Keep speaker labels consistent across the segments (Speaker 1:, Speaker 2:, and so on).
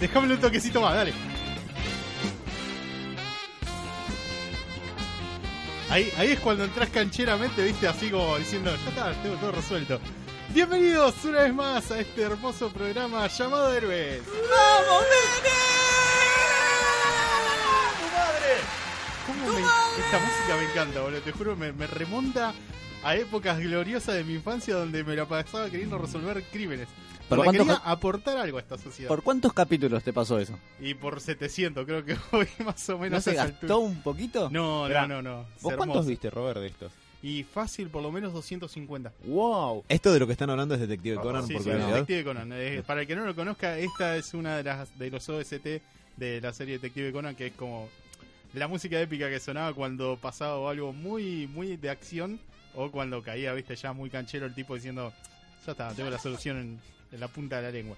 Speaker 1: Déjame un toquecito más, dale. Ahí, ahí es cuando entras cancheramente, viste, así como diciendo, ya está, tengo todo resuelto. Bienvenidos una vez más a este hermoso programa llamado Héroes.
Speaker 2: ¡Vamos, nene!
Speaker 1: ¿Cómo me- esta música me encanta, boludo, te juro, me, me remonta a épocas gloriosas de mi infancia donde me la pasaba queriendo resolver crímenes.
Speaker 3: ¿Por
Speaker 1: Porque
Speaker 3: cuántos
Speaker 1: quería
Speaker 3: ca-
Speaker 1: aportar algo a esta sociedad.
Speaker 3: ¿Por cuántos capítulos te pasó eso?
Speaker 1: Y por 700, creo que hoy más o menos.
Speaker 3: ¿No
Speaker 1: a
Speaker 3: se
Speaker 1: esa
Speaker 3: gastó
Speaker 1: altura.
Speaker 3: un poquito?
Speaker 1: No,
Speaker 4: Mirá,
Speaker 1: no, no, no. Es
Speaker 4: ¿Vos
Speaker 1: hermoso.
Speaker 4: cuántos viste, Robert, de estos?
Speaker 1: Y fácil, por lo menos 250.
Speaker 3: ¡Wow!
Speaker 4: Esto de lo que están hablando es Detective
Speaker 3: Ah,
Speaker 4: Conan,
Speaker 1: sí,
Speaker 4: por
Speaker 1: sí,
Speaker 4: curiosidad.
Speaker 1: Detective Conan. Eh, para el que no lo conozca, esta es una de las de los OST de la serie Detective Conan, que es como la música épica que sonaba cuando pasaba algo muy, muy de acción o cuando caía, viste, ya muy canchero el tipo diciendo, ya está, tengo la solución en, en la punta de la lengua.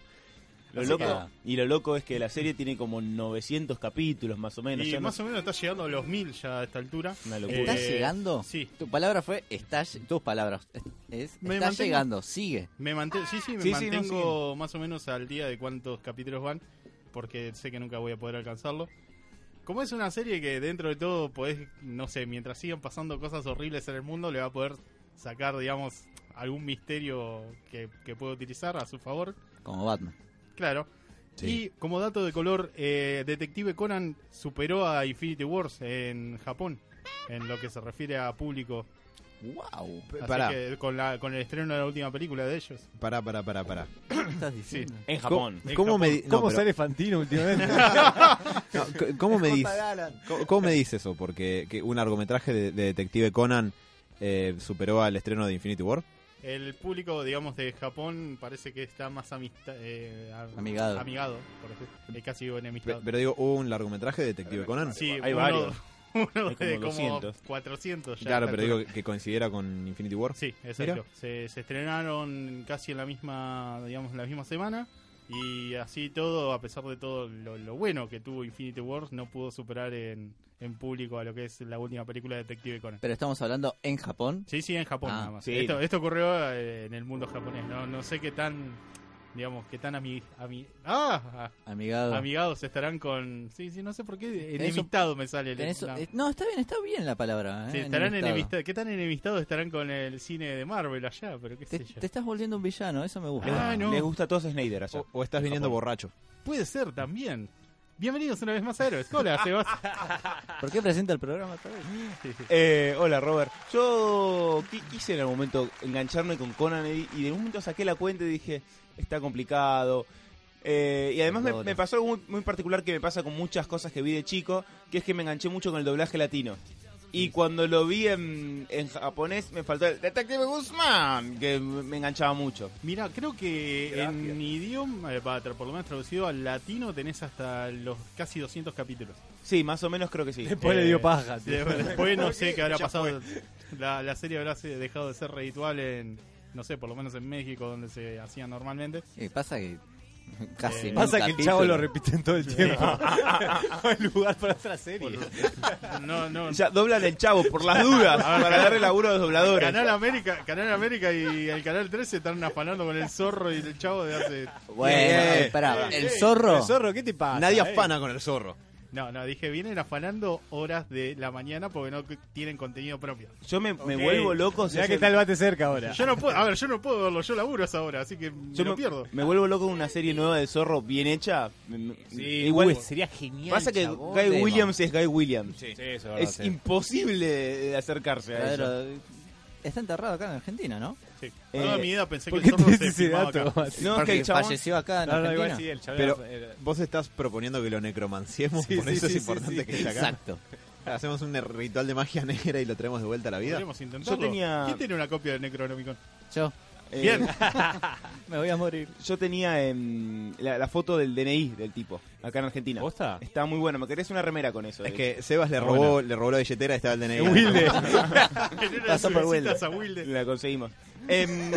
Speaker 5: Lo
Speaker 1: Así
Speaker 5: loco,
Speaker 1: que-
Speaker 5: y lo loco es que la serie tiene como 900 capítulos más o menos.
Speaker 1: y
Speaker 5: ya no-
Speaker 1: más o menos está llegando a los mil ya a esta altura.
Speaker 5: Una locura.
Speaker 1: Eh,
Speaker 3: ¿Estás llegando?
Speaker 1: sí.
Speaker 3: Tu palabra fue, estás, tus palabras, es,
Speaker 1: Me
Speaker 3: estás
Speaker 1: mantengo-
Speaker 3: llegando, sigue.
Speaker 1: Me mantengo, sí, sí, me
Speaker 3: Sí, sí,
Speaker 1: mantengo
Speaker 3: no,
Speaker 1: más o menos al día de cuántos capítulos van, porque sé que nunca voy a poder alcanzarlo. Como es una serie que dentro de todo podés, no sé, mientras sigan pasando cosas horribles en el mundo, le va a poder sacar, digamos, algún misterio que, que pueda utilizar a su favor.
Speaker 3: Como Batman.
Speaker 1: Claro. Y como dato de color, eh, Detective Conan superó a Infinity Wars en Japón, en lo que se refiere a público.
Speaker 3: ¡Wow!
Speaker 4: P-
Speaker 1: Así
Speaker 4: Pará,
Speaker 1: que con, la, con el estreno de la última película de ellos.
Speaker 4: pará, pará, pará, pará.
Speaker 3: ¿Qué estás diciendo?
Speaker 5: En Japón.
Speaker 1: En
Speaker 4: ¿Cómo
Speaker 1: Japón.
Speaker 4: me, di- no,
Speaker 2: ¿Cómo
Speaker 4: pero-
Speaker 2: sale Fantino últimamente?
Speaker 4: no, c- ¿cómo me dices? ¿Cómo, cómo me dices eso? Porque que un largometraje de, de Detective Conan eh, superó al estreno de Infinity War.
Speaker 1: El público, digamos, de Japón parece que está más amista, eh, a-
Speaker 3: Amigado.
Speaker 1: amigado por así- eh, casi digo
Speaker 4: Pe-
Speaker 1: enemistado.
Speaker 4: Pero digo, ¿hubo un largometraje de Detective Conan?
Speaker 1: sí,
Speaker 5: Hay
Speaker 1: uno-
Speaker 5: varios.
Speaker 1: Uno
Speaker 5: Hay como
Speaker 1: de como
Speaker 5: 200.
Speaker 1: 400 ya.
Speaker 4: Claro,
Speaker 1: a
Speaker 4: pero
Speaker 1: esta
Speaker 4: digo
Speaker 1: altura.
Speaker 4: que, que coincidiera con Infinity War.
Speaker 1: Sí,
Speaker 4: Mira.
Speaker 1: exacto. Se, se estrenaron casi en la misma, digamos, en la misma semana. Y así todo, a pesar de todo lo, lo bueno que tuvo Infinity Wars, no pudo superar en, en público a lo que es la última película de Detective Conan.
Speaker 3: Pero estamos hablando en Japón.
Speaker 1: Sí, sí, en Japón
Speaker 3: Ah,
Speaker 1: nada más.
Speaker 5: sí.
Speaker 1: Esto, esto ocurrió eh, en el mundo japonés. No, no sé qué tan, digamos, qué tan ami, ami- ah,
Speaker 3: Amigado.
Speaker 1: amigados estarán con... Sí, sí, no sé por qué. Enemistado me sale. El,
Speaker 3: Tenés-
Speaker 1: la-
Speaker 3: eh, no, está bien, está bien la palabra. ¿eh?
Speaker 1: Sí, estarán
Speaker 3: Enemistado.
Speaker 1: enemistados. ¿Qué tan enemistados estarán con el cine de Marvel allá? Pero qué sé
Speaker 3: Te,
Speaker 1: yo.
Speaker 3: te estás volviendo un villano, eso me
Speaker 5: Les,
Speaker 3: gusta.
Speaker 1: Ah, no.
Speaker 5: les gusta a todos Snyder allá.
Speaker 4: O, o estás viniendo borracho.
Speaker 1: Puede ser también. Bienvenidos una vez más a Héroes. Hola, Sebas.
Speaker 3: ¿Por qué presenta el programa otra vez?
Speaker 1: Sí, sí.
Speaker 5: Eh, hola Robert, yo qui- quise en algún momento engancharme con Conan y, y de un momento saqué la cuenta y dije, está complicado. Eh, y además me, me pasó algo muy, muy particular que me pasa con muchas cosas que vi de chico, que es que me enganché mucho con el doblaje latino. Y cuando lo vi en, en japonés me faltó el Detective Guzmán, que me enganchaba mucho.
Speaker 1: Mira, creo que en idioma, eh, va, tra- por lo menos traducido al latino, tenés hasta los casi 200 capítulos.
Speaker 5: Sí, más o menos creo que sí.
Speaker 2: Después
Speaker 1: Eh,
Speaker 2: le dio paja.
Speaker 1: Sí, bueno, Después no sé qué habrá pasado. La, la serie habrá se- dejado de ser reditual en, no sé, por lo menos en México, donde se hacía normalmente.
Speaker 3: Eh, pasa que casi
Speaker 1: Eh,
Speaker 3: en un
Speaker 2: Pasa que el
Speaker 3: capítulo-
Speaker 2: chavo lo repiten todo el tiempo. No hay lugar para otra serie.
Speaker 1: No, no.
Speaker 5: Ya doblan el chavo por las dudas para darle laburo a los dobladores.
Speaker 1: Canal América, Canal América y el Canal 13 están afanando con el zorro y el chavo de hace...
Speaker 3: Bueno,
Speaker 4: Eh,
Speaker 3: eh,
Speaker 1: eh,
Speaker 3: pará,
Speaker 1: eh,
Speaker 3: el zorro.
Speaker 2: El zorro, ¿qué te
Speaker 5: Ah,
Speaker 2: pasa?
Speaker 4: Nadie
Speaker 2: eh?
Speaker 4: afana con el zorro.
Speaker 1: No, no, dije, vienen afanando horas de la mañana porque no tienen contenido propio.
Speaker 5: Yo me, me
Speaker 2: Ok.
Speaker 5: vuelvo loco. si
Speaker 2: Mirá
Speaker 5: hacen-
Speaker 2: que está el bate cerca ahora.
Speaker 1: Yo no puedo, a ver, yo no puedo verlo, yo laburo a esa hora, así que me
Speaker 5: Yo
Speaker 1: lo pierdo.
Speaker 5: me vuelvo loco con una serie nueva de Zorro bien hecha. Me- me-
Speaker 2: Igual
Speaker 5: igual
Speaker 2: sería genial.
Speaker 5: pasa que
Speaker 3: chabón.
Speaker 5: Guy
Speaker 3: Tema.
Speaker 5: Williams es Guy Williams.
Speaker 4: eso
Speaker 5: es imposible de acercarse a
Speaker 3: Claro,
Speaker 5: ella.
Speaker 3: está enterrado eh, acá en Argentina, ¿no?
Speaker 1: Sí. Toda
Speaker 5: Eh,
Speaker 1: mi vida pensé que
Speaker 2: ¿Por
Speaker 1: el
Speaker 2: qué
Speaker 1: zorro
Speaker 2: tenés
Speaker 1: se
Speaker 2: ese
Speaker 1: filmaba
Speaker 2: dato?
Speaker 1: acá.
Speaker 2: Mati?
Speaker 5: No, es que
Speaker 3: Porque
Speaker 5: el chabón.
Speaker 3: falleció acá en
Speaker 2: No, no,
Speaker 3: Argentina.
Speaker 2: igual sí, el chabón
Speaker 4: Pero-
Speaker 2: era- era-
Speaker 4: Vos estás proponiendo que lo necromanciemos,
Speaker 2: Sí,
Speaker 4: por
Speaker 2: sí,
Speaker 4: eso
Speaker 2: sí,
Speaker 4: es importante
Speaker 2: sí, sí.
Speaker 4: que esté acá.
Speaker 3: Exacto.
Speaker 4: Hacemos un ritual de magia negra y lo traemos de vuelta a la vida.
Speaker 1: Podríamos intentarlo.
Speaker 5: Yo tenía-
Speaker 1: ¿Quién tiene una copia del Necronomicon?
Speaker 3: Yo
Speaker 5: eh,
Speaker 1: Bien.
Speaker 3: me voy a morir.
Speaker 5: Yo tenía em, la, la foto del DNI del tipo, acá en Argentina.
Speaker 2: ¿Posta?
Speaker 5: Está muy bueno, me querés una remera con eso.
Speaker 4: Es
Speaker 5: de
Speaker 4: que Sebas le
Speaker 2: Ah,
Speaker 4: robó,
Speaker 2: bueno.
Speaker 4: le robó la billetera y estaba el DNI.
Speaker 1: En una de
Speaker 3: Pasó
Speaker 1: sus
Speaker 3: por Wilde.
Speaker 1: visitas a
Speaker 5: hecho.
Speaker 1: Wilde.
Speaker 5: La conseguimos. Em,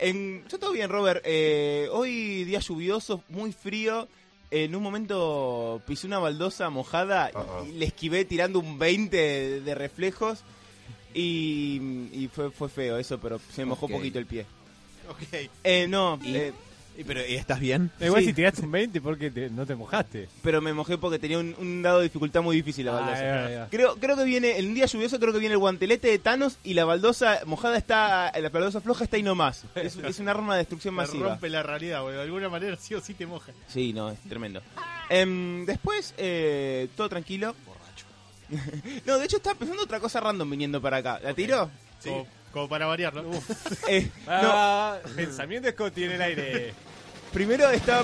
Speaker 5: em, yo todo bien, Robert. Eh, hoy día lluvioso, muy frío. En un momento pisé una baldosa mojada y le esquivé tirando un 20 de, de reflejos. Y, y fue, fue feo eso, pero se me mojó
Speaker 3: Ok.
Speaker 5: poquito el pie.
Speaker 1: Ok.
Speaker 5: Eh, no, eh,
Speaker 4: Y Pero ¿y estás bien?
Speaker 2: Eh, Igual
Speaker 5: Sí.
Speaker 2: si tiraste un 20 porque te- no te mojaste.
Speaker 5: pero me mojé porque tenía un, un dado de dificultad muy difícil la
Speaker 2: Ah,
Speaker 5: baldosa.
Speaker 2: eh.
Speaker 5: Creo, creo que viene, en un día lluvioso creo que viene el guantelete de Thanos y la baldosa mojada está, la baldosa floja está ahí nomás. Es, es un arma de destrucción
Speaker 1: Me
Speaker 5: masiva.
Speaker 1: rompe la realidad, boludo. De alguna manera sí o sí te moja.
Speaker 5: Sí, no, es tremendo. Em, después, eh, todo tranquilo. no, de hecho estaba pensando otra cosa random viniendo para acá. ¿La tiro?
Speaker 1: Como, como para variar, ¿no?
Speaker 5: Eh, no,
Speaker 2: Ah, pensamiento Scotty en el aire.
Speaker 5: primero estaba,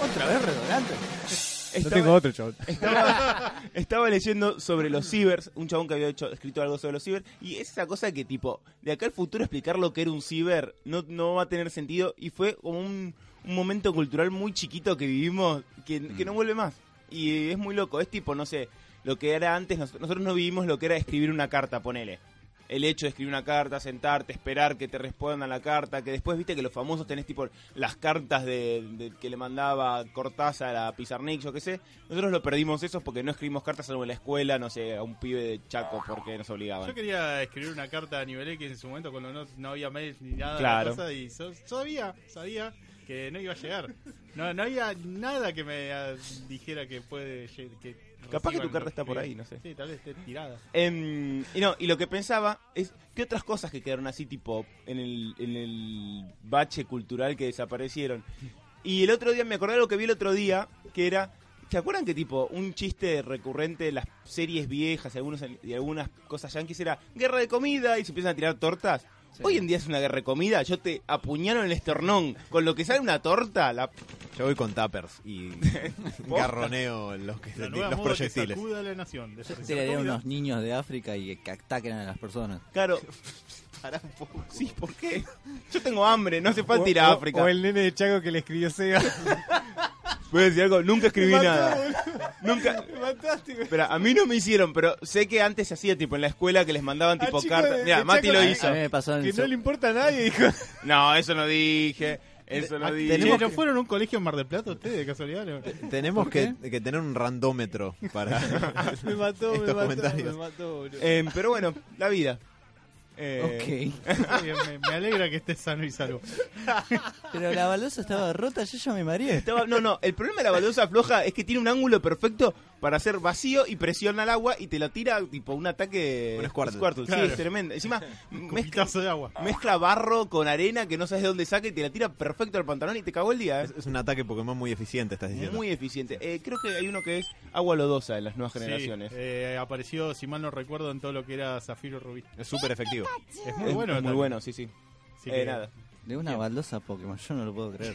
Speaker 3: Otra vez redondante.
Speaker 2: No
Speaker 5: estaba,
Speaker 2: tengo otro, chabón.
Speaker 5: estaba, estaba leyendo sobre los cibers, un chabón que había hecho, escrito algo sobre los ciber, y es esa cosa que tipo, de acá al futuro explicar lo que era un ciber no, no va a tener sentido, y fue como un, un momento cultural muy chiquito que vivimos, que, que
Speaker 3: Mm.
Speaker 5: no vuelve más. Y es muy loco, es tipo, no sé, lo que era antes, nos- nosotros no vivimos lo que era escribir una carta, ponele. El hecho de escribir una carta, sentarte, esperar que te respondan la carta, que después viste que los famosos tenés tipo las cartas de, de- que le mandaba Cortázar a Pizarnik, yo qué sé. Nosotros lo perdimos eso porque no escribimos cartas salvo en la escuela, no sé, a un pibe de Chaco porque nos
Speaker 1: Yo
Speaker 5: obligaban.
Speaker 1: quería escribir una carta a nivel X en su momento cuando no, no había mail ni nada de
Speaker 5: Claro.
Speaker 1: la cosa, y so- sabía, sabía que no iba a llegar. No, no había nada que me ah, dijera que puede lle- que
Speaker 5: Capaz que
Speaker 1: reciban
Speaker 5: tu carta
Speaker 1: lo
Speaker 5: está por
Speaker 1: escribí.
Speaker 5: ahí, no sé.
Speaker 1: Sí, tal vez esté tirada.
Speaker 5: Em, y no, y lo que pensaba es qué otras cosas que quedaron así tipo en el, en el bache cultural que desaparecieron. Y el otro día me acordé de lo que vi el otro día, que era ¿Se acuerdan que tipo un chiste recurrente de las series viejas y algunos y algunas cosas yanquis era guerra de comida y se empiezan a tirar tortas? Hoy en día es una guerra de comida, yo te apuñalo en el esternón, con lo que sale una torta, la
Speaker 4: Yo voy con tappers y garroneo los, que,
Speaker 1: La nueva
Speaker 4: los
Speaker 1: moda que
Speaker 4: proyectiles.
Speaker 1: sacuda a la nación.
Speaker 3: Se le dieron unos niños de África y que ataquen a las personas.
Speaker 5: Claro. Sí, ¿por qué? Yo tengo hambre, no hace falta ir
Speaker 2: O-
Speaker 5: a
Speaker 2: o-
Speaker 5: África.
Speaker 2: O el nene de Chaco que le escribió Sega.
Speaker 5: Voy a decir algo, nunca escribí
Speaker 2: Me mató,
Speaker 5: nada. Nunca.
Speaker 2: Fantástico.
Speaker 5: Pero a mí no me hicieron, pero sé que antes se hacía tipo en la escuela que les mandaban
Speaker 2: Ah,
Speaker 5: tipo
Speaker 2: chico,
Speaker 5: cartas.
Speaker 2: de-
Speaker 5: Mira,
Speaker 2: de
Speaker 5: Mati
Speaker 2: Chaco Ah, eh.
Speaker 5: lo
Speaker 2: de-
Speaker 5: hizo.
Speaker 3: A mí me pasó en
Speaker 2: Que
Speaker 3: el
Speaker 2: no
Speaker 3: so-
Speaker 2: le importa a nadie, dijo.
Speaker 5: No, eso no dije. Eso no dije.
Speaker 1: Che, eh, ¿No fueron a un colegio en Mar del Plata ustedes, de casualidad? No.
Speaker 4: Tenemos
Speaker 3: ¿Por
Speaker 4: que, que tener un randómetro para...
Speaker 2: Me mató,
Speaker 4: Estos
Speaker 2: me mató,
Speaker 4: comentarios.
Speaker 2: me mató, boludo.
Speaker 5: Eh, pero bueno, la vida. Eh,
Speaker 3: Ok.
Speaker 1: Está bien, me, me alegra que estés sano y salvo.
Speaker 3: Pero la balosa estaba rota, yo ya me mareé.
Speaker 5: estaba- no, no, el problema de la baldosa floja es que tiene un ángulo perfecto para hacer vacío y presiona el agua y te lo tira tipo un ataque.
Speaker 4: Un Squirtle.
Speaker 5: Sí,
Speaker 1: Claro.
Speaker 5: es tremendo. Encima, mezcla,
Speaker 1: Copitazo de agua.
Speaker 5: mezcla barro con arena que no sabes de dónde saca y te la tira perfecto al pantalón y te cagó el día. ¿eh?
Speaker 4: Es un ataque Pokémon muy eficiente, estás diciendo.
Speaker 5: Muy eficiente. Eh, creo que hay uno que es agua lodosa en las nuevas
Speaker 1: Sí,
Speaker 5: generaciones.
Speaker 1: eh, apareció, si mal no recuerdo, en todo lo que era Zafiro Rubí.
Speaker 4: Es súper efectivo.
Speaker 1: Es muy bueno.
Speaker 5: Es- es muy
Speaker 1: también.
Speaker 5: bueno, sí, sí.
Speaker 1: Así
Speaker 5: Eh,
Speaker 1: que
Speaker 5: nada.
Speaker 3: De una baldosa Pokémon, yo no lo puedo creer.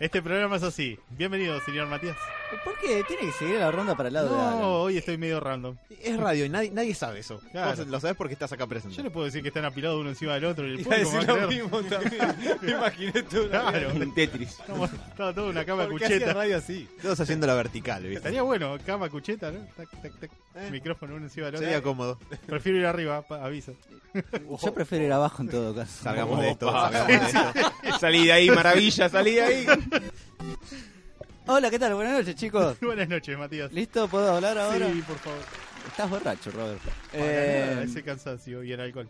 Speaker 1: Este programa es así. Bienvenido, señor Matías.
Speaker 3: ¿Por qué? Tiene que seguir la ronda para el lado de
Speaker 1: No,
Speaker 3: Alan.
Speaker 1: hoy estoy medio random.
Speaker 4: Es radio y nadie, nadie sabe eso.
Speaker 1: Claro.
Speaker 4: Vos lo sabés porque estás acá
Speaker 1: Yo
Speaker 4: presente.
Speaker 1: le puedo decir que están apilados uno encima del otro y el
Speaker 2: Iba a
Speaker 1: público me va
Speaker 2: decir
Speaker 1: a
Speaker 2: lo
Speaker 1: creer.
Speaker 2: mismo también. Me imaginé tú.
Speaker 1: Claro.
Speaker 5: Un Tetris.
Speaker 1: Estamos- Estaba toda una cama
Speaker 2: ¿Por qué hacía
Speaker 1: cucheta.
Speaker 2: radio así?
Speaker 4: Todos haciendo la vertical, ¿viste?
Speaker 1: Estaría bueno, cama cucheta, ¿no? Tac, tac, tac. Micrófono uno encima del otro.
Speaker 4: Sería cómodo.
Speaker 1: Prefiero ir arriba, pa- avisa.
Speaker 3: Yo prefiero ir abajo en todo caso.
Speaker 4: Salgamos de esto.
Speaker 5: Opa.
Speaker 4: Salgamos de esto.
Speaker 5: Salí de ahí, maravilla, salí de ahí.
Speaker 3: Hola, ¿qué tal? Buenas noches, chicos.
Speaker 1: Buenas noches, Matías.
Speaker 3: ¿Listo? ¿Puedo hablar ahora?
Speaker 1: Sí, por favor.
Speaker 3: Estás borracho, Robert.
Speaker 1: Para
Speaker 3: Eh,
Speaker 1: nada, ese cansancio y el alcohol.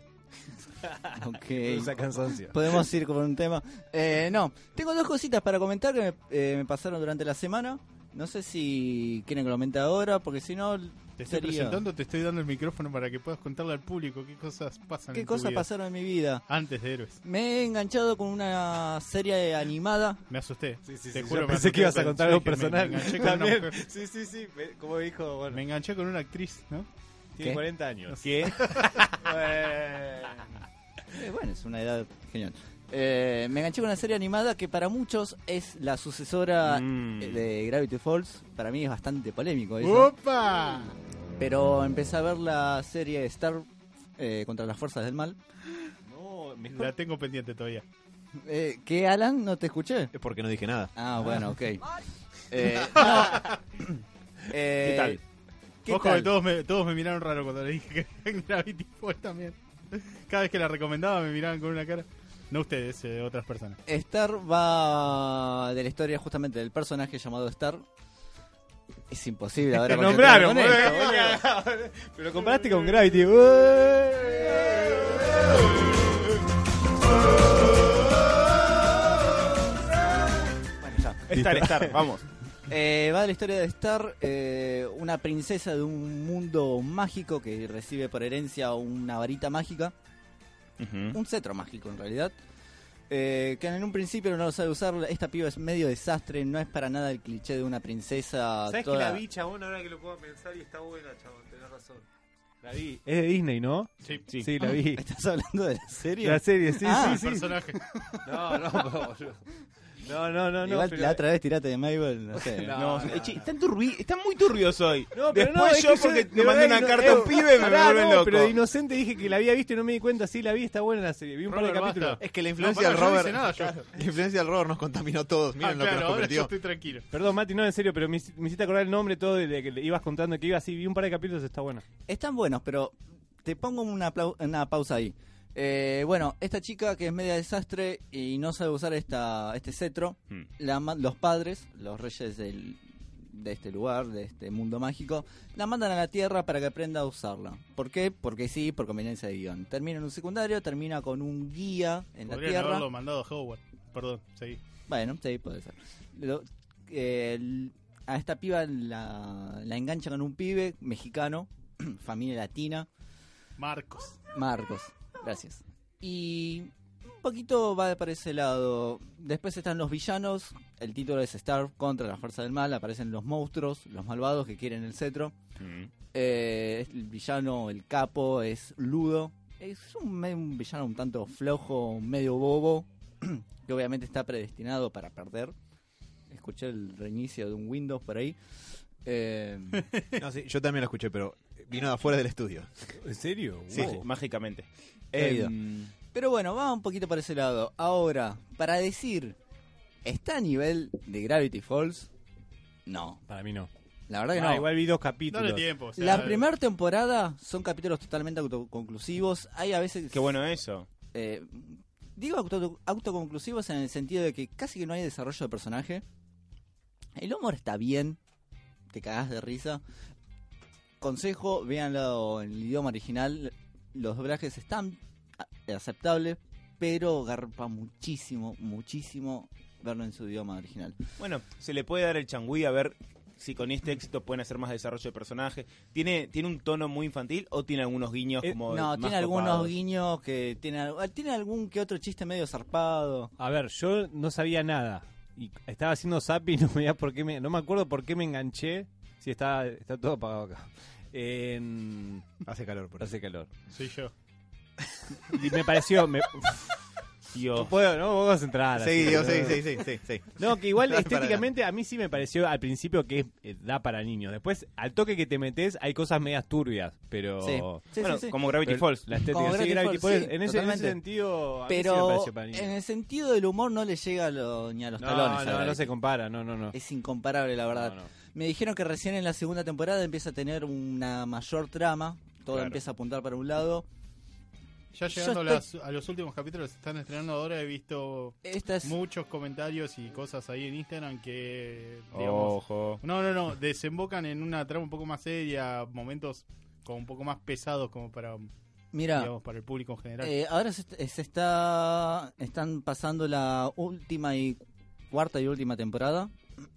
Speaker 3: ok.
Speaker 2: Esa cansancio.
Speaker 3: Podemos ir con un tema. Eh, no, tengo dos cositas para comentar que me, eh, me pasaron durante la semana. No sé si quieren que lo comente ahora, porque si no,
Speaker 1: Te estoy
Speaker 3: sería-
Speaker 1: presentando, te estoy dando el micrófono para que puedas contarle al público qué cosas pasan.
Speaker 3: ¿qué
Speaker 1: en tu
Speaker 3: cosas
Speaker 1: vida.
Speaker 3: pasaron en mi vida?
Speaker 1: Antes de héroes.
Speaker 3: Me he enganchado con una serie animada.
Speaker 1: Me asusté.
Speaker 2: Sí, sí,
Speaker 1: Te
Speaker 2: sí,
Speaker 1: juro,
Speaker 2: yo
Speaker 1: me
Speaker 2: pensé que
Speaker 1: asusté,
Speaker 2: ibas a
Speaker 1: pensé
Speaker 2: contar algo
Speaker 1: que me- me
Speaker 2: personal.
Speaker 1: enganché con una
Speaker 2: También.
Speaker 1: mujer.
Speaker 2: Sí, sí, sí. me- Como dijo, bueno,
Speaker 1: Me enganché con una actriz, ¿no?
Speaker 2: tiene
Speaker 3: ¿Qué?
Speaker 2: 40 años.
Speaker 5: ¿Qué?
Speaker 2: Bueno.
Speaker 3: Eh, bueno, es una edad genial. Eh, me enganché con una serie animada que para muchos es la sucesora
Speaker 5: Mm.
Speaker 3: eh, de Gravity Falls. Para mí es bastante polémico eso.
Speaker 1: ¡Opa!
Speaker 3: Pero empecé a ver la serie Star eh, contra las fuerzas del mal.
Speaker 1: La tengo pendiente todavía.
Speaker 3: Eh, ¿Qué, Alan? No te escuché.
Speaker 4: Es porque no dije nada.
Speaker 3: Ah, bueno, ok. Eh, no. Eh,
Speaker 5: ¿Qué tal?
Speaker 3: ¿qué
Speaker 1: Ojo,
Speaker 3: tal?
Speaker 1: que todos me, todos me miraron raro cuando le dije que Gravity Falls también. Cada vez que la recomendaba me miraban con una cara. No ustedes, eh, otras personas.
Speaker 3: Star va de la historia justamente del personaje llamado Star. Es imposible ahora.
Speaker 5: Te
Speaker 3: concentrarme
Speaker 5: nombraron,
Speaker 3: con esto,
Speaker 5: boludo.
Speaker 3: boludo.
Speaker 5: Pero lo comparaste con Gravity.
Speaker 3: Bueno, ya.
Speaker 5: Estar, estar, vamos.
Speaker 3: Eh, va de la historia de Star, eh, una princesa de un mundo mágico que recibe por herencia una varita mágica, un cetro mágico en realidad, eh, que en un principio no lo sabe usar. Esta piba es medio desastre, no es para nada el cliché de una princesa.
Speaker 6: ¿Sabes
Speaker 3: toda-
Speaker 6: que la vi, chabón? Ahora que lo puedo pensar y está buena, chabón, tenés razón.
Speaker 2: La vi. Es de Disney, ¿no?
Speaker 1: Sí,
Speaker 2: Sí, la vi.
Speaker 3: ¿Estás hablando de la serie?
Speaker 2: La serie, sí,
Speaker 3: Ah,
Speaker 2: sí, sí.
Speaker 1: personaje.
Speaker 2: No, no, boludo. No, no, no, no.
Speaker 3: Igual
Speaker 2: pero-
Speaker 3: la otra vez tirate de Mabel, no sé.
Speaker 5: No, eh, che, están turbi- están muy turbios hoy.
Speaker 2: No, pero
Speaker 5: Después
Speaker 2: no, es
Speaker 5: yo
Speaker 2: que
Speaker 5: porque
Speaker 2: de
Speaker 5: le mandé
Speaker 2: verdad
Speaker 5: una
Speaker 2: que no-
Speaker 5: carta a un
Speaker 2: eh,
Speaker 5: pibe me
Speaker 2: pará,
Speaker 5: vuelve
Speaker 2: no,
Speaker 5: loco.
Speaker 2: Pero de inocente dije que la había visto y no me di cuenta. Sí, la vi, está buena la serie. Vi un par de
Speaker 1: Robert,
Speaker 2: capítulos.
Speaker 1: basta.
Speaker 4: Es que la
Speaker 1: influencia
Speaker 4: influencia
Speaker 1: del
Speaker 4: del
Speaker 1: Robert-
Speaker 4: Robert. La influencia del Robert nos contaminó a todos. Miren
Speaker 1: Ah,
Speaker 4: lo que
Speaker 1: claro,
Speaker 4: nos
Speaker 1: ahora yo
Speaker 4: convirtió.
Speaker 1: estoy tranquilo.
Speaker 2: Perdón, Mati, no, en serio, pero me, hici- me hiciste acordar el nombre todo de de que le ibas contando que iba así. Vi un par de capítulos, está buena.
Speaker 3: Están buenos, pero te pongo una, plau- una pausa ahí. Eh, bueno, esta chica que es media desastre y no sabe usar esta, este cetro,
Speaker 5: Hmm.
Speaker 3: la ma- los padres, los reyes del- de este lugar, de este mundo mágico, la mandan a la Tierra para que aprenda a usarla. ¿Por qué? Porque sí, por conveniencia de guión. Termina en un secundario, termina con un guía en la
Speaker 1: Podrían
Speaker 3: Tierra.
Speaker 1: haberlo mandado a Howard. Perdón, seguí.
Speaker 3: Bueno, sí, puede ser. Lo- eh, el- a esta piba la, la enganchan con un pibe mexicano, familia latina,
Speaker 1: Marcos.
Speaker 3: Marcos, gracias. Y un poquito va para ese lado. Después están los villanos. El título es Star contra la fuerza del mal. Aparecen los monstruos, los malvados que quieren el cetro. Eh, el villano, el capo, es Ludo. Es un, me- un villano un tanto flojo, un medio bobo. Que obviamente está predestinado para perder. Escuché el reinicio de un Windows por ahí. Eh,
Speaker 4: No, sí, yo también lo escuché, pero vino de afuera del estudio.
Speaker 2: ¿En serio?
Speaker 5: Sí, sí, mágicamente.
Speaker 3: He
Speaker 5: Eh,
Speaker 3: ido. Pero bueno, va un poquito para ese lado. Ahora, para decir, ¿está a nivel de Gravity Falls? No,
Speaker 2: Para mí no.
Speaker 3: la verdad que
Speaker 2: Ah,
Speaker 3: no.
Speaker 2: igual vi dos
Speaker 1: Dale
Speaker 2: capítulos.
Speaker 1: tiempo. o sea,
Speaker 3: La primera temporada son capítulos totalmente autoconclusivos. Hay a veces...
Speaker 5: qué bueno eso.
Speaker 3: eh, digo auto- autoconclusivos en el sentido de que casi que no hay desarrollo de personaje. El humor está bien. Te cagás de risa. Consejo, véanlo en el idioma original. Los doblajes están a- aceptables, pero garpa muchísimo, muchísimo verlo en su idioma original.
Speaker 5: Bueno, se le puede dar el changüí a ver si con este éxito pueden hacer más desarrollo de personaje. ¿Tiene, tiene un tono muy infantil o tiene algunos guiños
Speaker 2: Eh,
Speaker 5: como
Speaker 3: No,
Speaker 5: más
Speaker 3: tiene algunos
Speaker 5: copados?
Speaker 3: guiños que tiene, al- tiene algún que otro chiste medio zarpado.
Speaker 2: A ver, yo no sabía nada. Y estaba haciendo zapping y no me, por qué me, no me acuerdo por qué me enganché. Sí, está, está todo apagado acá. En-
Speaker 4: Hace calor, por eso.
Speaker 2: Hace calor.
Speaker 1: Soy yo.
Speaker 2: Y me pareció... Me, no
Speaker 5: Dios.
Speaker 2: puedo, no puedo centrar.
Speaker 4: Sí,
Speaker 2: así,
Speaker 4: Dios, sí,
Speaker 2: Ah, boludo.
Speaker 4: sí, sí, sí, sí.
Speaker 2: No, que igual
Speaker 4: Dale para
Speaker 2: estéticamente a mí sí me pareció al principio que es- eh, da para niños. Después, al toque que te metes, hay cosas medias turbias, pero...
Speaker 3: Sí, sí,
Speaker 5: Oh. Bueno,
Speaker 3: sí, sí.
Speaker 5: como Gravity
Speaker 2: pero
Speaker 5: Falls.
Speaker 2: La estética,
Speaker 3: Como
Speaker 2: sí,
Speaker 3: Gravity
Speaker 2: Gravity
Speaker 3: Falls, sí,
Speaker 2: Falls, en, ese, en ese
Speaker 3: totalmente.
Speaker 2: sentido, a mí sí me
Speaker 3: Pero
Speaker 2: pareció para niños.
Speaker 3: en el sentido del humor no le llega a lo- ni a los
Speaker 2: No,
Speaker 3: talones. a
Speaker 2: no, no
Speaker 3: Gravity.
Speaker 2: se compara, no, no, no.
Speaker 3: Es incomparable, la verdad.
Speaker 2: No, no.
Speaker 3: Me dijeron que recién en la segunda temporada empieza a tener una mayor trama. Todo
Speaker 5: Claro.
Speaker 3: empieza a apuntar para un lado.
Speaker 1: Ya
Speaker 3: Yo
Speaker 1: llegando a, las- a los últimos capítulos, se están estrenando ahora. He visto
Speaker 3: Esta es.
Speaker 1: muchos comentarios y cosas ahí en Instagram que,
Speaker 2: Oh.
Speaker 1: digamos,
Speaker 5: Ojo.
Speaker 1: no, no, no, desembocan en una trama un poco más seria, momentos como un poco más pesados como para,
Speaker 3: mira,
Speaker 1: digamos, para el público en general.
Speaker 3: eh, ahora se, est- se está. Están pasando la última y cuarta y última temporada.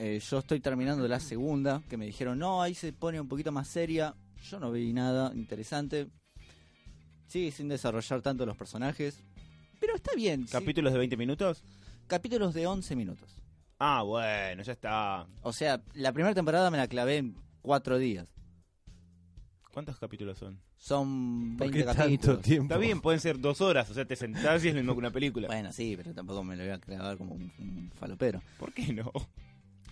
Speaker 3: Eh, yo estoy terminando la segunda, que me dijeron, no, ahí se pone un poquito más seria. Yo no vi nada interesante. Sigue sin desarrollar tanto los personajes. Pero está bien. sí.
Speaker 5: ¿Capítulos de 20 minutos?
Speaker 3: Capítulos de 11 minutos.
Speaker 5: Ah, bueno, ya está.
Speaker 3: O sea, la primera temporada me la clavé en cuatro días.
Speaker 5: ¿Cuántos capítulos son?
Speaker 3: Son
Speaker 2: ¿Por
Speaker 3: 20
Speaker 2: qué
Speaker 3: capítulos.
Speaker 2: tanto tiempo?
Speaker 5: Está bien, pueden ser dos horas, o sea, te sentás y es lo mismo que una película.
Speaker 3: Bueno, sí, pero tampoco me lo voy a clavar como un, un falopero.
Speaker 5: ¿Por qué no?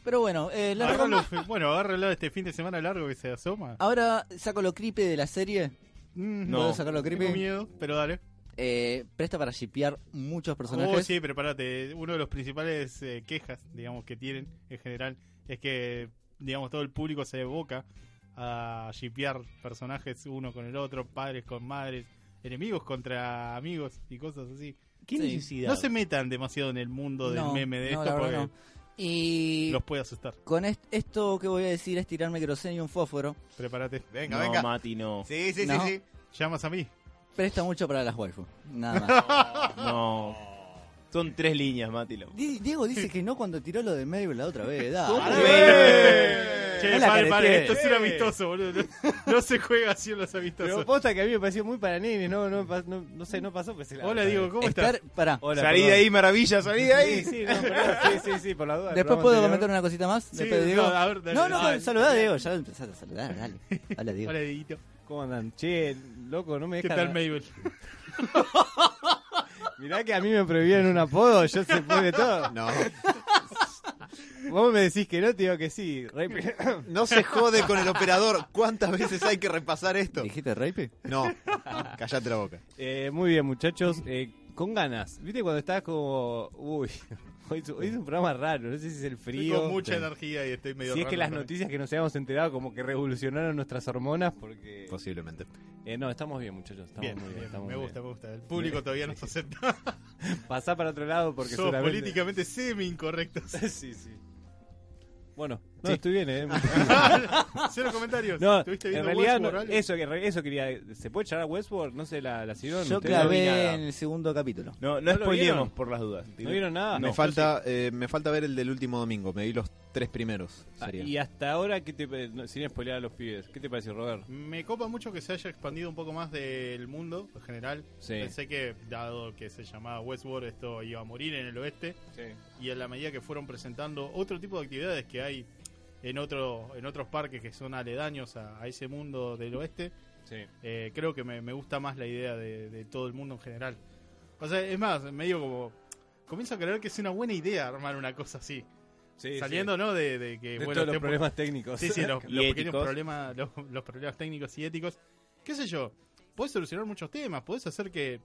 Speaker 3: Pero bueno, eh, la
Speaker 1: Agárralo,
Speaker 3: recom-
Speaker 1: fe- bueno, agárralo este fin de semana largo que se asoma.
Speaker 3: ahora saco lo creepy de la serie.
Speaker 1: Mm,
Speaker 5: No.
Speaker 3: ¿Puedo sacar lo
Speaker 1: Tengo
Speaker 3: creepy?
Speaker 1: miedo, pero dale.
Speaker 3: Eh, presta para shipear muchos personajes.
Speaker 1: Oh, sí, prepárate. Uno de los principales eh, quejas, digamos, que tienen en general es que, digamos, todo el público se evoca a shipear personajes uno con el otro, padres con madres, enemigos contra amigos y cosas así.
Speaker 5: ¿Qué
Speaker 3: Sí.
Speaker 5: necesidad?
Speaker 1: No se metan demasiado en el mundo del
Speaker 3: No,
Speaker 1: meme de
Speaker 3: no,
Speaker 1: esto
Speaker 3: la
Speaker 1: porque
Speaker 3: verdad no. Y
Speaker 1: los puede asustar.
Speaker 3: con est- esto que voy a decir es tirarme queroseno y un fósforo.
Speaker 1: Prepárate.
Speaker 5: No,
Speaker 7: Venga, venga.
Speaker 5: Mati, no.
Speaker 7: Sí, sí, sí,
Speaker 3: No.
Speaker 7: sí.
Speaker 1: Llamas a mí.
Speaker 3: Presta mucho para las waifu. Nada más.
Speaker 5: No. Son tres líneas, Mati. lo-
Speaker 3: Di- Diego dice que no cuando tiró lo de Mabel la otra vez. dale.
Speaker 5: ¿Cómo?
Speaker 1: ¡Eh! Che,
Speaker 3: Es la
Speaker 1: pare, pare,
Speaker 3: careté.
Speaker 1: esto es un amistoso, boludo. No se juega así en los amistosos.
Speaker 2: Pero posta que a mí me pareció muy para nenes, no, no, pas- no, no sé, no pasó. Pues se la
Speaker 1: Hola, Diego, ¿cómo estás?
Speaker 3: Estar, pará.
Speaker 2: Hola,
Speaker 5: salí de
Speaker 2: perdón.
Speaker 5: ahí, maravilla, salí de ahí.
Speaker 2: Sí, sí, no, perdón, sí, sí, sí, por la duda.
Speaker 3: Después puedo comentar una cosita más.
Speaker 1: Sí,
Speaker 3: Después de
Speaker 1: no,
Speaker 3: Diego.
Speaker 1: a ver, dale,
Speaker 3: no, no,
Speaker 1: dale.
Speaker 3: saludá a Diego. Ya empezaste a saludar, dale. Hola, Diego.
Speaker 1: Hola, Dieguito.
Speaker 2: ¿Cómo andan? Che, loco, no me
Speaker 1: ¿Qué
Speaker 2: dejan.
Speaker 1: tal, Mabel?
Speaker 2: Mirá que a mí me prohibieron un apodo, yo se puede todo.
Speaker 4: No,
Speaker 2: Vos me decís que no, te digo que sí. Re-
Speaker 4: no se jode con el operador. ¿Cuántas veces hay que repasar esto?
Speaker 3: ¿Dijiste rape?
Speaker 4: No, callate la boca.
Speaker 2: Eh, muy bien, muchachos. eh, con ganas. ¿Viste cuando estás como. Uy, hoy es, hoy es un programa raro. No sé si es el
Speaker 1: Estoy
Speaker 2: frío.
Speaker 1: con mucha
Speaker 2: Sí.
Speaker 1: energía y estoy medio
Speaker 2: Si es que
Speaker 1: raro
Speaker 2: las
Speaker 1: con-
Speaker 2: noticias que nos habíamos enterado como que revolucionaron nuestras hormonas, porque...
Speaker 4: Posiblemente.
Speaker 2: Eh, no, estamos bien, muchachos. Estamos
Speaker 1: Bien,
Speaker 2: muy bien.
Speaker 1: bien,
Speaker 2: estamos
Speaker 1: me
Speaker 2: muy
Speaker 1: gusta, me gusta. El público todavía nos acepta.
Speaker 2: bien. Pasá para otro lado porque
Speaker 1: Somos
Speaker 2: seguramente-
Speaker 1: políticamente semi-incorrectos.
Speaker 2: sí, sí. Bueno, no, estoy bien, ¿eh?
Speaker 1: Cero comentarios.
Speaker 2: No,
Speaker 1: Ah, ¿Estuviste
Speaker 2: en
Speaker 1: viendo
Speaker 2: realidad, no,
Speaker 1: Westworld o algo?
Speaker 2: eso, que re- eso quería... ¿Se puede echar a Westworld? No sé, la, la siguieron.
Speaker 3: Yo
Speaker 2: ¿Ustedes no vi
Speaker 3: clavé
Speaker 2: nada.
Speaker 3: en el segundo capítulo.
Speaker 5: No,
Speaker 2: ¿No
Speaker 5: no,
Speaker 2: lo vieron?
Speaker 5: spoilemos por las dudas.
Speaker 2: Ah, ¿No vieron nada?
Speaker 4: me, falta, eh, me falta ver el del último domingo. Me vi los tres primeros.
Speaker 2: Ah,
Speaker 4: sería.
Speaker 2: y hasta ahora, ¿qué te, pa- no, sin spoilear a los pibes, ¿qué te pareció, Robert?
Speaker 1: Me copa mucho que se haya expandido un poco más del mundo en general.
Speaker 2: Sí.
Speaker 1: Pensé que, dado que se llamaba Westworld, esto iba a morir en el oeste. Y en la medida que fueron presentando otro tipo de actividades que hay en, otro, en otros parques que son aledaños a, a ese mundo del oeste,
Speaker 2: sí.
Speaker 1: eh, creo que me, me gusta más la idea de, de todo el mundo en general. O sea, es más, medio como. Comienzo a creer que es una buena idea armar una cosa así.
Speaker 2: Sí,
Speaker 1: Saliendo, ¿no? De, de que.
Speaker 2: sí. de
Speaker 1: bueno,
Speaker 2: todos los
Speaker 1: estén por-
Speaker 2: problemas técnicos.
Speaker 1: Sí, sí, los,
Speaker 5: Y
Speaker 1: los pequeños
Speaker 5: éticos.
Speaker 1: problemas, los, los problemas técnicos y éticos. ¿Qué sé yo? Podés solucionar muchos temas, podés hacer que,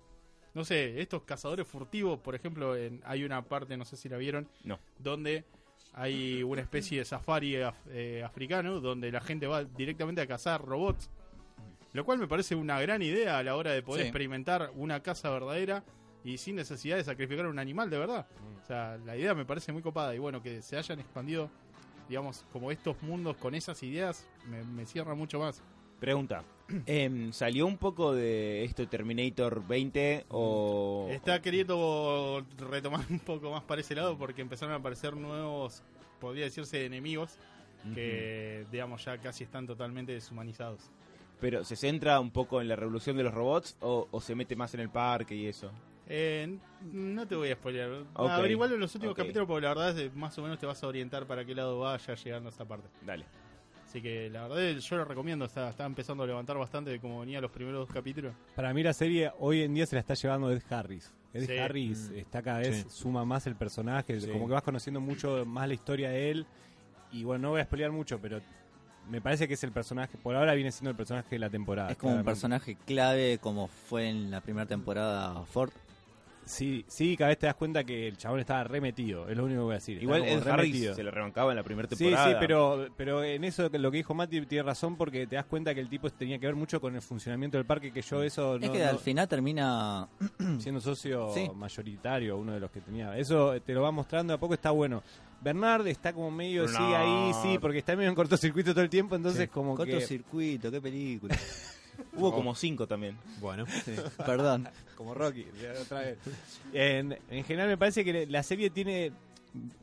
Speaker 1: no sé, estos cazadores furtivos, por ejemplo, en- hay una parte, no sé si la vieron,
Speaker 5: No.
Speaker 1: donde hay una especie de safari af- eh, africano donde la gente va directamente a cazar robots, lo cual me parece una gran idea a la hora de poder
Speaker 3: Sí.
Speaker 1: experimentar una caza verdadera y sin necesidad de sacrificar un animal de verdad. O sea, la idea me parece muy copada y bueno, que se hayan expandido, digamos, como estos mundos con esas ideas, me, me cierra mucho más.
Speaker 5: Pregunta. Em, ¿Salió un poco de esto Terminator 20 o...?
Speaker 1: Está queriendo retomar un poco más para ese lado porque empezaron a aparecer nuevos, podría decirse, enemigos que, digamos, ya casi están totalmente deshumanizados.
Speaker 5: ¿Pero se centra un poco en la revolución de los robots o, o se mete más en el parque y eso?
Speaker 1: Eh, no te voy a spoiler.
Speaker 5: Ok.
Speaker 1: Averigualo en los últimos
Speaker 5: Ok.
Speaker 1: capítulos porque la verdad es que más o menos te vas a orientar para qué lado vaya llegando a esta parte.
Speaker 5: Dale.
Speaker 1: Así que la verdad yo lo recomiendo, está, está empezando a levantar bastante de como venía los primeros dos capítulos.
Speaker 2: Para mí la serie hoy en día se la está llevando Ed Harris. Ed
Speaker 1: Sí.
Speaker 2: Harris está cada vez
Speaker 4: Sí.
Speaker 2: suma más el personaje,
Speaker 5: Mm. Sí.
Speaker 2: como que vas conociendo mucho más la historia de él. Y bueno, no voy a spoilear mucho, pero me parece que es el personaje, por ahora viene siendo el personaje de la temporada.
Speaker 3: Es como un
Speaker 2: claramente.
Speaker 3: personaje clave como fue en la primera temporada Ford.
Speaker 2: Sí, sí, cada vez te das cuenta que el chabón estaba remetido, es lo único que voy a decir. está
Speaker 5: Igual
Speaker 2: como
Speaker 5: el Harris
Speaker 2: remetido.
Speaker 5: se le rebancaba en la primera
Speaker 2: Sí,
Speaker 5: temporada.
Speaker 2: sí, pero, pero en eso que- lo que dijo Mati tiene razón porque te das cuenta que el tipo tenía que ver mucho con el funcionamiento del parque, que yo eso
Speaker 3: es
Speaker 2: no-
Speaker 3: que al
Speaker 2: no-
Speaker 3: final termina...
Speaker 2: siendo socio
Speaker 3: Mm. Sí.
Speaker 2: mayoritario, uno de los que tenía. Eso eh, te lo va mostrando, de a poco está bueno. Bernard está como medio, sí, ahí, sí, porque está medio en cortocircuito todo el tiempo, entonces como que...
Speaker 3: Cortocircuito, qué película.
Speaker 5: Hubo como cinco también.
Speaker 4: Bueno,
Speaker 3: Perdón.
Speaker 2: Como Rocky, de- otra vez. En, en general me parece que le- la serie tiene...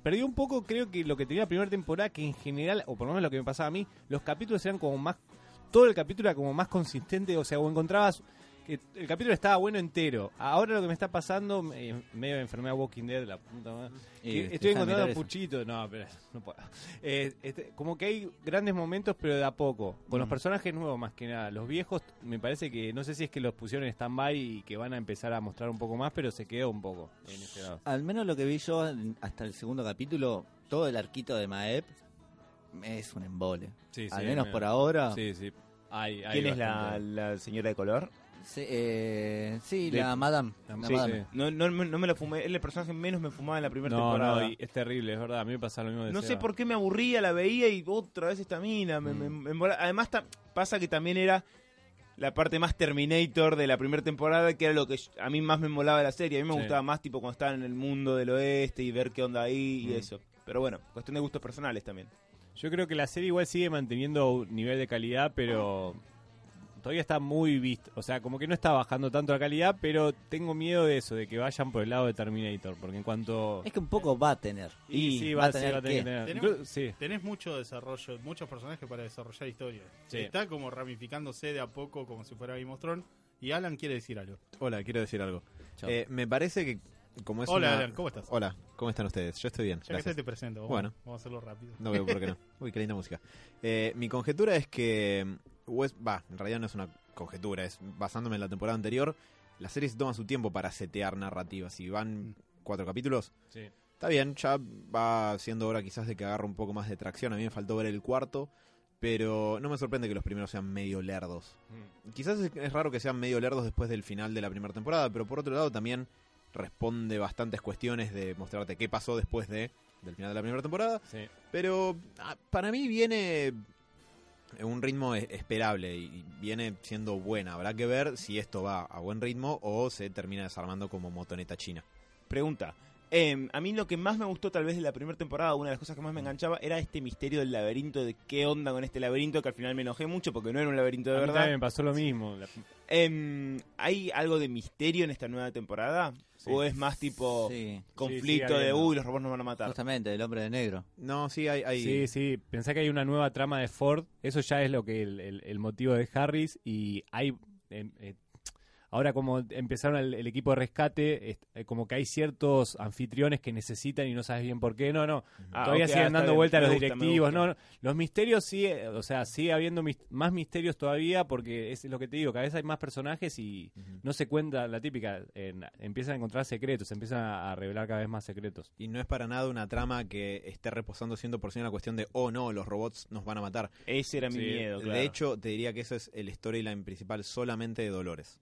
Speaker 2: Perdió un poco, creo que lo que tenía la primera temporada, que en general, o por lo menos lo que me pasaba a mí, los capítulos eran como más... Todo el capítulo era como más consistente, o sea, o encontrabas que el capítulo estaba bueno entero. Ahora lo que me está pasando, me- medio de enfermedad Walking Dead, la puta madre.
Speaker 3: Y
Speaker 2: Que
Speaker 3: te dejan Eh,
Speaker 2: estoy
Speaker 3: este, mirar
Speaker 2: encontrando
Speaker 3: eso.
Speaker 2: puchitos. No, pero no puedo. Eh, este, como que hay grandes momentos, pero de a poco. Con los
Speaker 3: Mm.
Speaker 2: personajes nuevos, más que nada. Los viejos, me parece que no sé si es que los pusieron en stand-by y que van a empezar a mostrar un poco más, pero se quedó un poco en ese lado.
Speaker 3: Al menos lo que vi yo en- hasta el segundo capítulo, todo el arquito de Maep es un embole.
Speaker 2: Sí, eh,
Speaker 3: Al menos por ahora. Sí,
Speaker 2: Sí, sí. Hay- hay
Speaker 5: ¿Quién es la,
Speaker 2: bastante.
Speaker 5: la señora de color?
Speaker 3: eh, sí,
Speaker 5: De-
Speaker 3: la Madame. La
Speaker 2: Sí,
Speaker 3: madame.
Speaker 2: sí.
Speaker 5: No, no, no me la fumé, es el personaje menos me fumaba en la primera
Speaker 2: No,
Speaker 5: temporada.
Speaker 2: no, y es terrible, es verdad. A mí me pasa lo mismo. de
Speaker 5: No sé
Speaker 2: Seba.
Speaker 5: por qué me aburría, la veía y otra vez esta mina. me- me- me embola- Además, ta- pasa que también era la parte más Terminator de la primera temporada, que era lo que yo- a mí más me molaba de la serie. A mí me
Speaker 2: Sí.
Speaker 5: gustaba más, tipo, cuando estaban en el mundo del oeste y ver qué onda ahí y
Speaker 2: Mm.
Speaker 5: eso. Pero bueno, cuestión de gustos personales también.
Speaker 2: Yo creo que la serie igual sigue manteniendo un nivel de calidad, pero todavía está muy visto. O sea, como que no está bajando tanto la calidad, pero tengo miedo de eso, de que vayan por el lado de Terminator. Porque en cuanto.
Speaker 3: Es que un poco va a tener.
Speaker 2: Y sí,
Speaker 3: va a
Speaker 2: sí,
Speaker 3: tener
Speaker 2: que
Speaker 3: que.
Speaker 2: tener.
Speaker 1: Tenemos-
Speaker 2: Inclu- sí.
Speaker 1: Tenés mucho desarrollo, muchos personajes para desarrollar historias.
Speaker 2: Sí.
Speaker 1: Está como ramificándose de a poco, como si fuera Game of Thrones. Y Alan quiere decir algo.
Speaker 4: Hola, quiero decir algo.
Speaker 3: Chao.
Speaker 4: Eh, me parece que como es
Speaker 1: Hola,
Speaker 4: una-
Speaker 1: Alan, ¿cómo estás?
Speaker 4: Hola, ¿cómo están ustedes? Yo estoy bien,
Speaker 1: Ya que
Speaker 4: gracias.
Speaker 1: estás, te presento. Vamos,
Speaker 4: Bueno.
Speaker 1: Vamos a hacerlo rápido.
Speaker 4: No veo por qué no. Uy, qué linda música. Eh, mi conjetura es que mm, West, va, en realidad no es una conjetura, es basándome en la temporada anterior, la serie se toma su tiempo para setear narrativas. Si van cuatro capítulos,
Speaker 2: Sí.
Speaker 4: está bien, ya va siendo hora quizás de que agarre un poco más de tracción. A mí me faltó ver el cuarto, pero no me sorprende que los primeros sean medio lerdos. Quizás es, es raro que sean medio lerdos después del final de la primera temporada, pero por otro lado también responde bastantes cuestiones de mostrarte qué pasó después de del final de la primera temporada
Speaker 2: Sí.
Speaker 4: pero ah, para mí viene en un ritmo e- esperable y y viene siendo buena. Habrá que ver si esto va a buen ritmo o se termina desarmando como motoneta china.
Speaker 5: Pregunta. Em, a mí lo que más me gustó tal vez de la primera temporada, una de las cosas que más me enganchaba, era este misterio del laberinto, de qué onda con este laberinto, que al final me enojé mucho porque no era un laberinto de
Speaker 2: A mí
Speaker 5: verdad.
Speaker 2: también me pasó lo mismo. La-
Speaker 5: Em, ¿Hay algo de misterio en esta nueva temporada?
Speaker 2: Sí.
Speaker 5: ¿O es más tipo
Speaker 3: Sí,
Speaker 5: conflicto
Speaker 2: Sí, sí,
Speaker 5: de,
Speaker 2: habiendo.
Speaker 5: uy, los robots nos van a matar?
Speaker 3: justamente, el hombre de negro.
Speaker 4: No, sí, hay... hay-
Speaker 2: Sí, sí. Pensá que hay una nueva trama de Ford. Eso ya es lo que el, el- el motivo de Harris. Y hay. em, eh, ahora, como empezaron el, el equipo de rescate, est- eh, como que hay ciertos anfitriones que necesitan y no sabes bien por qué. No, no.
Speaker 5: Ah,
Speaker 2: todavía
Speaker 5: ok, ah,
Speaker 2: siguen
Speaker 5: está
Speaker 2: dando
Speaker 5: bien.
Speaker 2: vuelta a
Speaker 5: Me
Speaker 2: los
Speaker 5: gusta, me
Speaker 2: directivos.
Speaker 5: gusta.
Speaker 2: No, no. Los misterios sigue. O sea, sigue habiendo mis- más misterios todavía porque es lo que te digo. Cada vez hay más personajes y no se cuenta la típica. en- empiezan a encontrar secretos, empiezan a, a revelar cada vez más secretos.
Speaker 4: Y no es para nada una trama que esté reposando 100% en la cuestión de, oh no, los robots nos van a matar.
Speaker 5: Ese era mi
Speaker 2: Sí.
Speaker 5: miedo, claro.
Speaker 4: De hecho, te diría que eso es el storyline principal solamente de Dolores.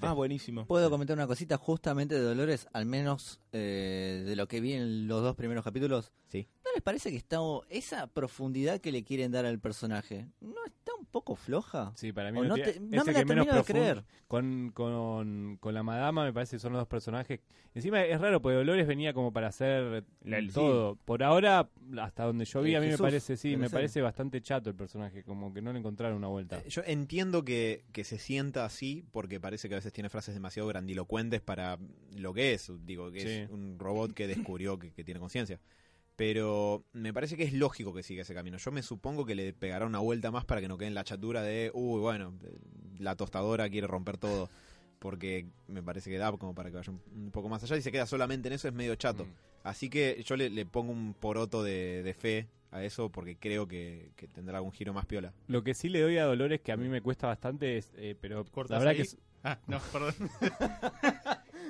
Speaker 5: Ah, buenísimo.
Speaker 3: Puedo comentar una cosita justamente de Dolores, al menos eh, de lo que vi en los dos primeros capítulos.
Speaker 4: Sí.
Speaker 3: ¿No les parece que está o- esa profundidad que le quieren dar al personaje? ¿No está un poco floja?
Speaker 2: Sí, para mí
Speaker 3: O
Speaker 2: no
Speaker 3: no
Speaker 2: tiene-
Speaker 3: te-
Speaker 2: es
Speaker 3: no
Speaker 2: el
Speaker 3: me la
Speaker 2: que menos
Speaker 3: termino de
Speaker 2: profun-
Speaker 3: creer.
Speaker 2: Con, con, con la madama me parece que son los dos personajes. Encima es raro, porque Dolores venía como para hacer
Speaker 5: La-
Speaker 2: el
Speaker 5: sí.
Speaker 2: todo. Por ahora, hasta donde yo vi,
Speaker 3: Eh,
Speaker 2: a mí
Speaker 3: Jesús,
Speaker 2: me parece, sí,
Speaker 3: de la
Speaker 2: me
Speaker 3: serie.
Speaker 2: parece bastante chato el personaje, como que no le encontraron una vuelta.
Speaker 4: Eh, Yo entiendo que, que se sienta así porque parece que a veces tiene frases demasiado grandilocuentes para lo que es. Digo, que es
Speaker 2: Sí.
Speaker 4: un robot que descubrió que, que tiene conciencia. Pero me parece que es lógico que siga ese camino. Yo me supongo que le pegará una vuelta más para que no quede en la chatura de, uy, bueno, eh, la tostadora quiere romper todo. Porque me parece que da como para que vaya un, un poco más allá y se queda solamente en eso, es medio chato.
Speaker 2: Mm.
Speaker 4: Así que yo le, le pongo un poroto de, de fe a eso porque creo que, que tendrá algún giro más piola.
Speaker 2: Lo que sí le doy a Dolores, que a mí me cuesta bastante, es, eh, pero
Speaker 1: Cortás
Speaker 2: la verdad
Speaker 1: ahí.
Speaker 2: que... es-
Speaker 1: Ah, no, perdón.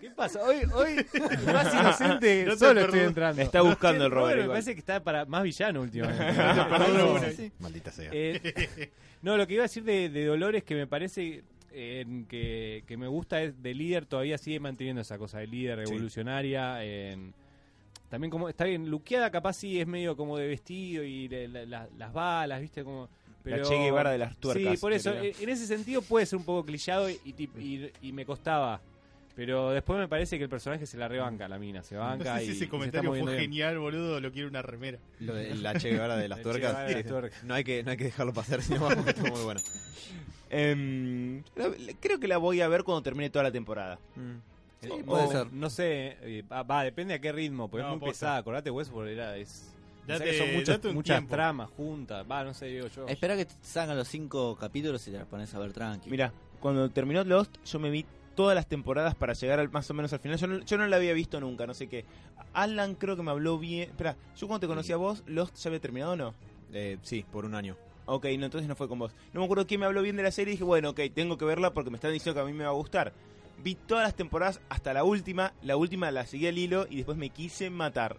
Speaker 2: ¿Qué pasa? Hoy, hoy más inocente
Speaker 1: No te
Speaker 2: solo estoy
Speaker 1: perdono.
Speaker 2: entrando.
Speaker 5: Está buscando el Robert
Speaker 2: Robert. Me
Speaker 5: igual.
Speaker 2: parece que está para más villano últimamente.
Speaker 1: Te perdono una.
Speaker 4: Maldita sea.
Speaker 2: Eh, no, lo que iba a decir de, de Dolores que me parece eh, que, que me gusta es de líder, todavía sigue manteniendo esa cosa de líder revolucionaria. en- también como está bien, luqueada capaz sí es medio como de vestido y de la- la- las balas, viste como...
Speaker 5: La Che Guevara de las tuercas.
Speaker 2: Sí, por eso,
Speaker 5: sería.
Speaker 2: eh, en ese sentido puede ser un poco clichado y, tip- y- y me costaba. Pero después me parece que el personaje se la rebanca, la mina, se
Speaker 1: No
Speaker 2: banca
Speaker 1: sé si
Speaker 2: y, y se
Speaker 1: ese
Speaker 2: está
Speaker 1: comentario
Speaker 2: moviendo
Speaker 1: fue
Speaker 2: bien.
Speaker 1: genial, boludo. Lo quiero una remera.
Speaker 4: Lo de la Che Guevara de las
Speaker 2: La Che
Speaker 4: tuercas.
Speaker 2: Guevara de las
Speaker 4: sí,
Speaker 2: tuercas.
Speaker 4: No hay que, no hay que dejarlo pasar, sino vamos, que está muy bueno.
Speaker 5: Em, la- la- creo que la voy a ver cuando termine toda la temporada.
Speaker 2: Mm. Sí,
Speaker 3: puede ser.
Speaker 2: No sé, eh, va, va, depende a qué ritmo, porque
Speaker 1: No,
Speaker 2: es muy
Speaker 1: posta.
Speaker 2: pesada. Acordate, Westworld era, es Pensá
Speaker 1: Date-
Speaker 2: que son muchas,
Speaker 1: date un
Speaker 2: muchas
Speaker 1: tiempo.
Speaker 2: tramas juntas. Va, no sé, digo yo.
Speaker 3: Espera que salgan los cinco capítulos y te la pones a ver tranqui.
Speaker 5: Mira, cuando terminó Lost, yo me vi todas las temporadas para llegar al, más o menos al final. Yo no, yo no la había visto nunca, no sé qué. Alan creo que me habló bien. Espera, yo cuando te conocí a vos, Lost ya había terminado o no?
Speaker 4: Eh, sí, por un año.
Speaker 5: Ok, no, entonces no fue con vos. No me acuerdo quién me habló bien de la serie y dije, bueno, ok, tengo que verla porque me están diciendo que a mí me va a gustar. Vi todas las temporadas hasta la última, la última la seguí al hilo y después me quise matar.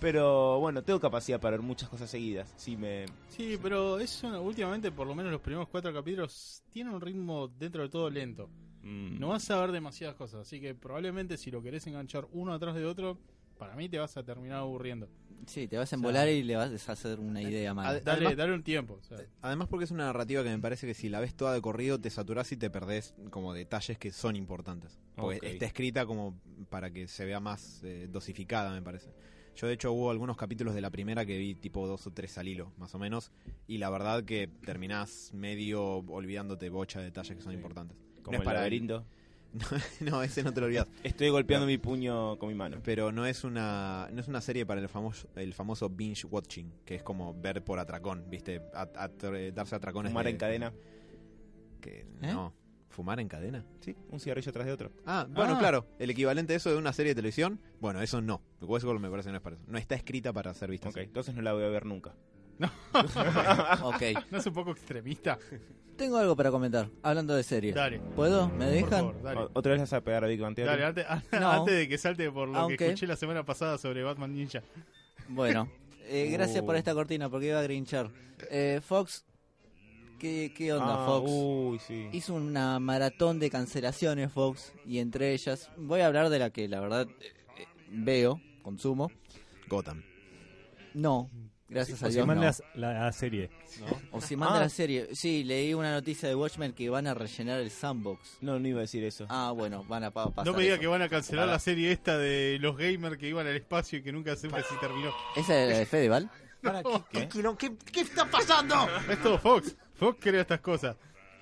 Speaker 5: Pero bueno, tengo capacidad para ver muchas cosas seguidas. Sí, me...
Speaker 1: Sí, pero es una- últimamente, por lo menos los primeros cuatro capítulos, tienen un ritmo dentro de todo lento.
Speaker 5: mm,
Speaker 1: No vas a ver demasiadas cosas, así que probablemente si lo querés enganchar uno atrás de otro, para mí te vas a terminar aburriendo.
Speaker 3: Sí, te vas a embolar y le vas a hacer una idea mala.
Speaker 4: Ad-
Speaker 1: Dale,
Speaker 4: Además-
Speaker 1: dale un tiempo. o sea.
Speaker 4: Además porque es una narrativa que me parece que si la ves toda de corrido te saturás y te perdés como detalles que son importantes. Porque
Speaker 2: Ok.
Speaker 4: está escrita como para que se vea más eh, dosificada, me parece. Yo de hecho hubo algunos capítulos de la primera que vi tipo dos o tres al hilo, más o menos, y la verdad que terminás medio olvidándote bocha de detalles que son
Speaker 2: Sí.
Speaker 4: importantes.
Speaker 5: como
Speaker 4: es
Speaker 5: el
Speaker 4: para-
Speaker 5: laberinto.
Speaker 4: no, ese no te lo olvidas.
Speaker 5: Estoy golpeando mi puño con mi mano.
Speaker 4: Pero no es una no es una serie para el famoso el famoso binge watching, que es como ver por atracón, ¿viste? A- atre- darse atracones
Speaker 5: Fumar
Speaker 4: de-
Speaker 5: en cadena.
Speaker 4: que no. ¿Fumar en cadena?
Speaker 5: Sí, un cigarrillo atrás de otro.
Speaker 4: Ah, bueno,
Speaker 1: Ah.
Speaker 4: claro. El equivalente de eso de una serie de televisión. Bueno, eso no. Westworld me parece que no es para eso. No está escrita para ser vista.
Speaker 5: Ok, entonces no la voy a ver nunca.
Speaker 3: Ok,
Speaker 1: ¿No es un poco extremista?
Speaker 3: tengo algo para comentar, hablando de series.
Speaker 1: Dale.
Speaker 3: ¿Puedo? ¿Me
Speaker 1: por
Speaker 3: dejan?
Speaker 1: favor, dale.
Speaker 5: O- Otra vez vas a pegar a Big Bang Theory.
Speaker 1: Dale, antes,
Speaker 3: No.
Speaker 1: antes de que salte por lo
Speaker 3: Aunque-
Speaker 1: que escuché la semana pasada sobre Batman Ninja.
Speaker 3: Bueno, eh, gracias
Speaker 1: Uh.
Speaker 3: por esta cortina porque iba a grinchar. Eh, Fox, ¿qué, qué onda
Speaker 5: Ah,
Speaker 3: Fox?
Speaker 1: uh,
Speaker 5: Uy, sí.
Speaker 3: Hizo una maratón de cancelaciones Fox y entre ellas voy a hablar de la que la verdad eh, eh, veo, consumo.
Speaker 4: Gotham.
Speaker 3: No, gracias a
Speaker 2: O
Speaker 3: Dios.
Speaker 2: sea, manda
Speaker 3: no.
Speaker 2: la, la serie.
Speaker 3: O si manda
Speaker 5: Ah.
Speaker 3: la serie. Sí, leí una noticia de Watchmen que van a rellenar el sandbox.
Speaker 5: No, no iba a decir eso.
Speaker 3: Ah, bueno, van a pa- pasar.
Speaker 1: No me diga
Speaker 3: eso.
Speaker 1: que van a cancelar
Speaker 3: Pará.
Speaker 1: la serie esta de los gamers que iban al espacio y que nunca supe si terminó.
Speaker 3: Esa era la de Fedeval.
Speaker 5: ¿Qué?
Speaker 1: Es todo Fox. Fox crea estas cosas.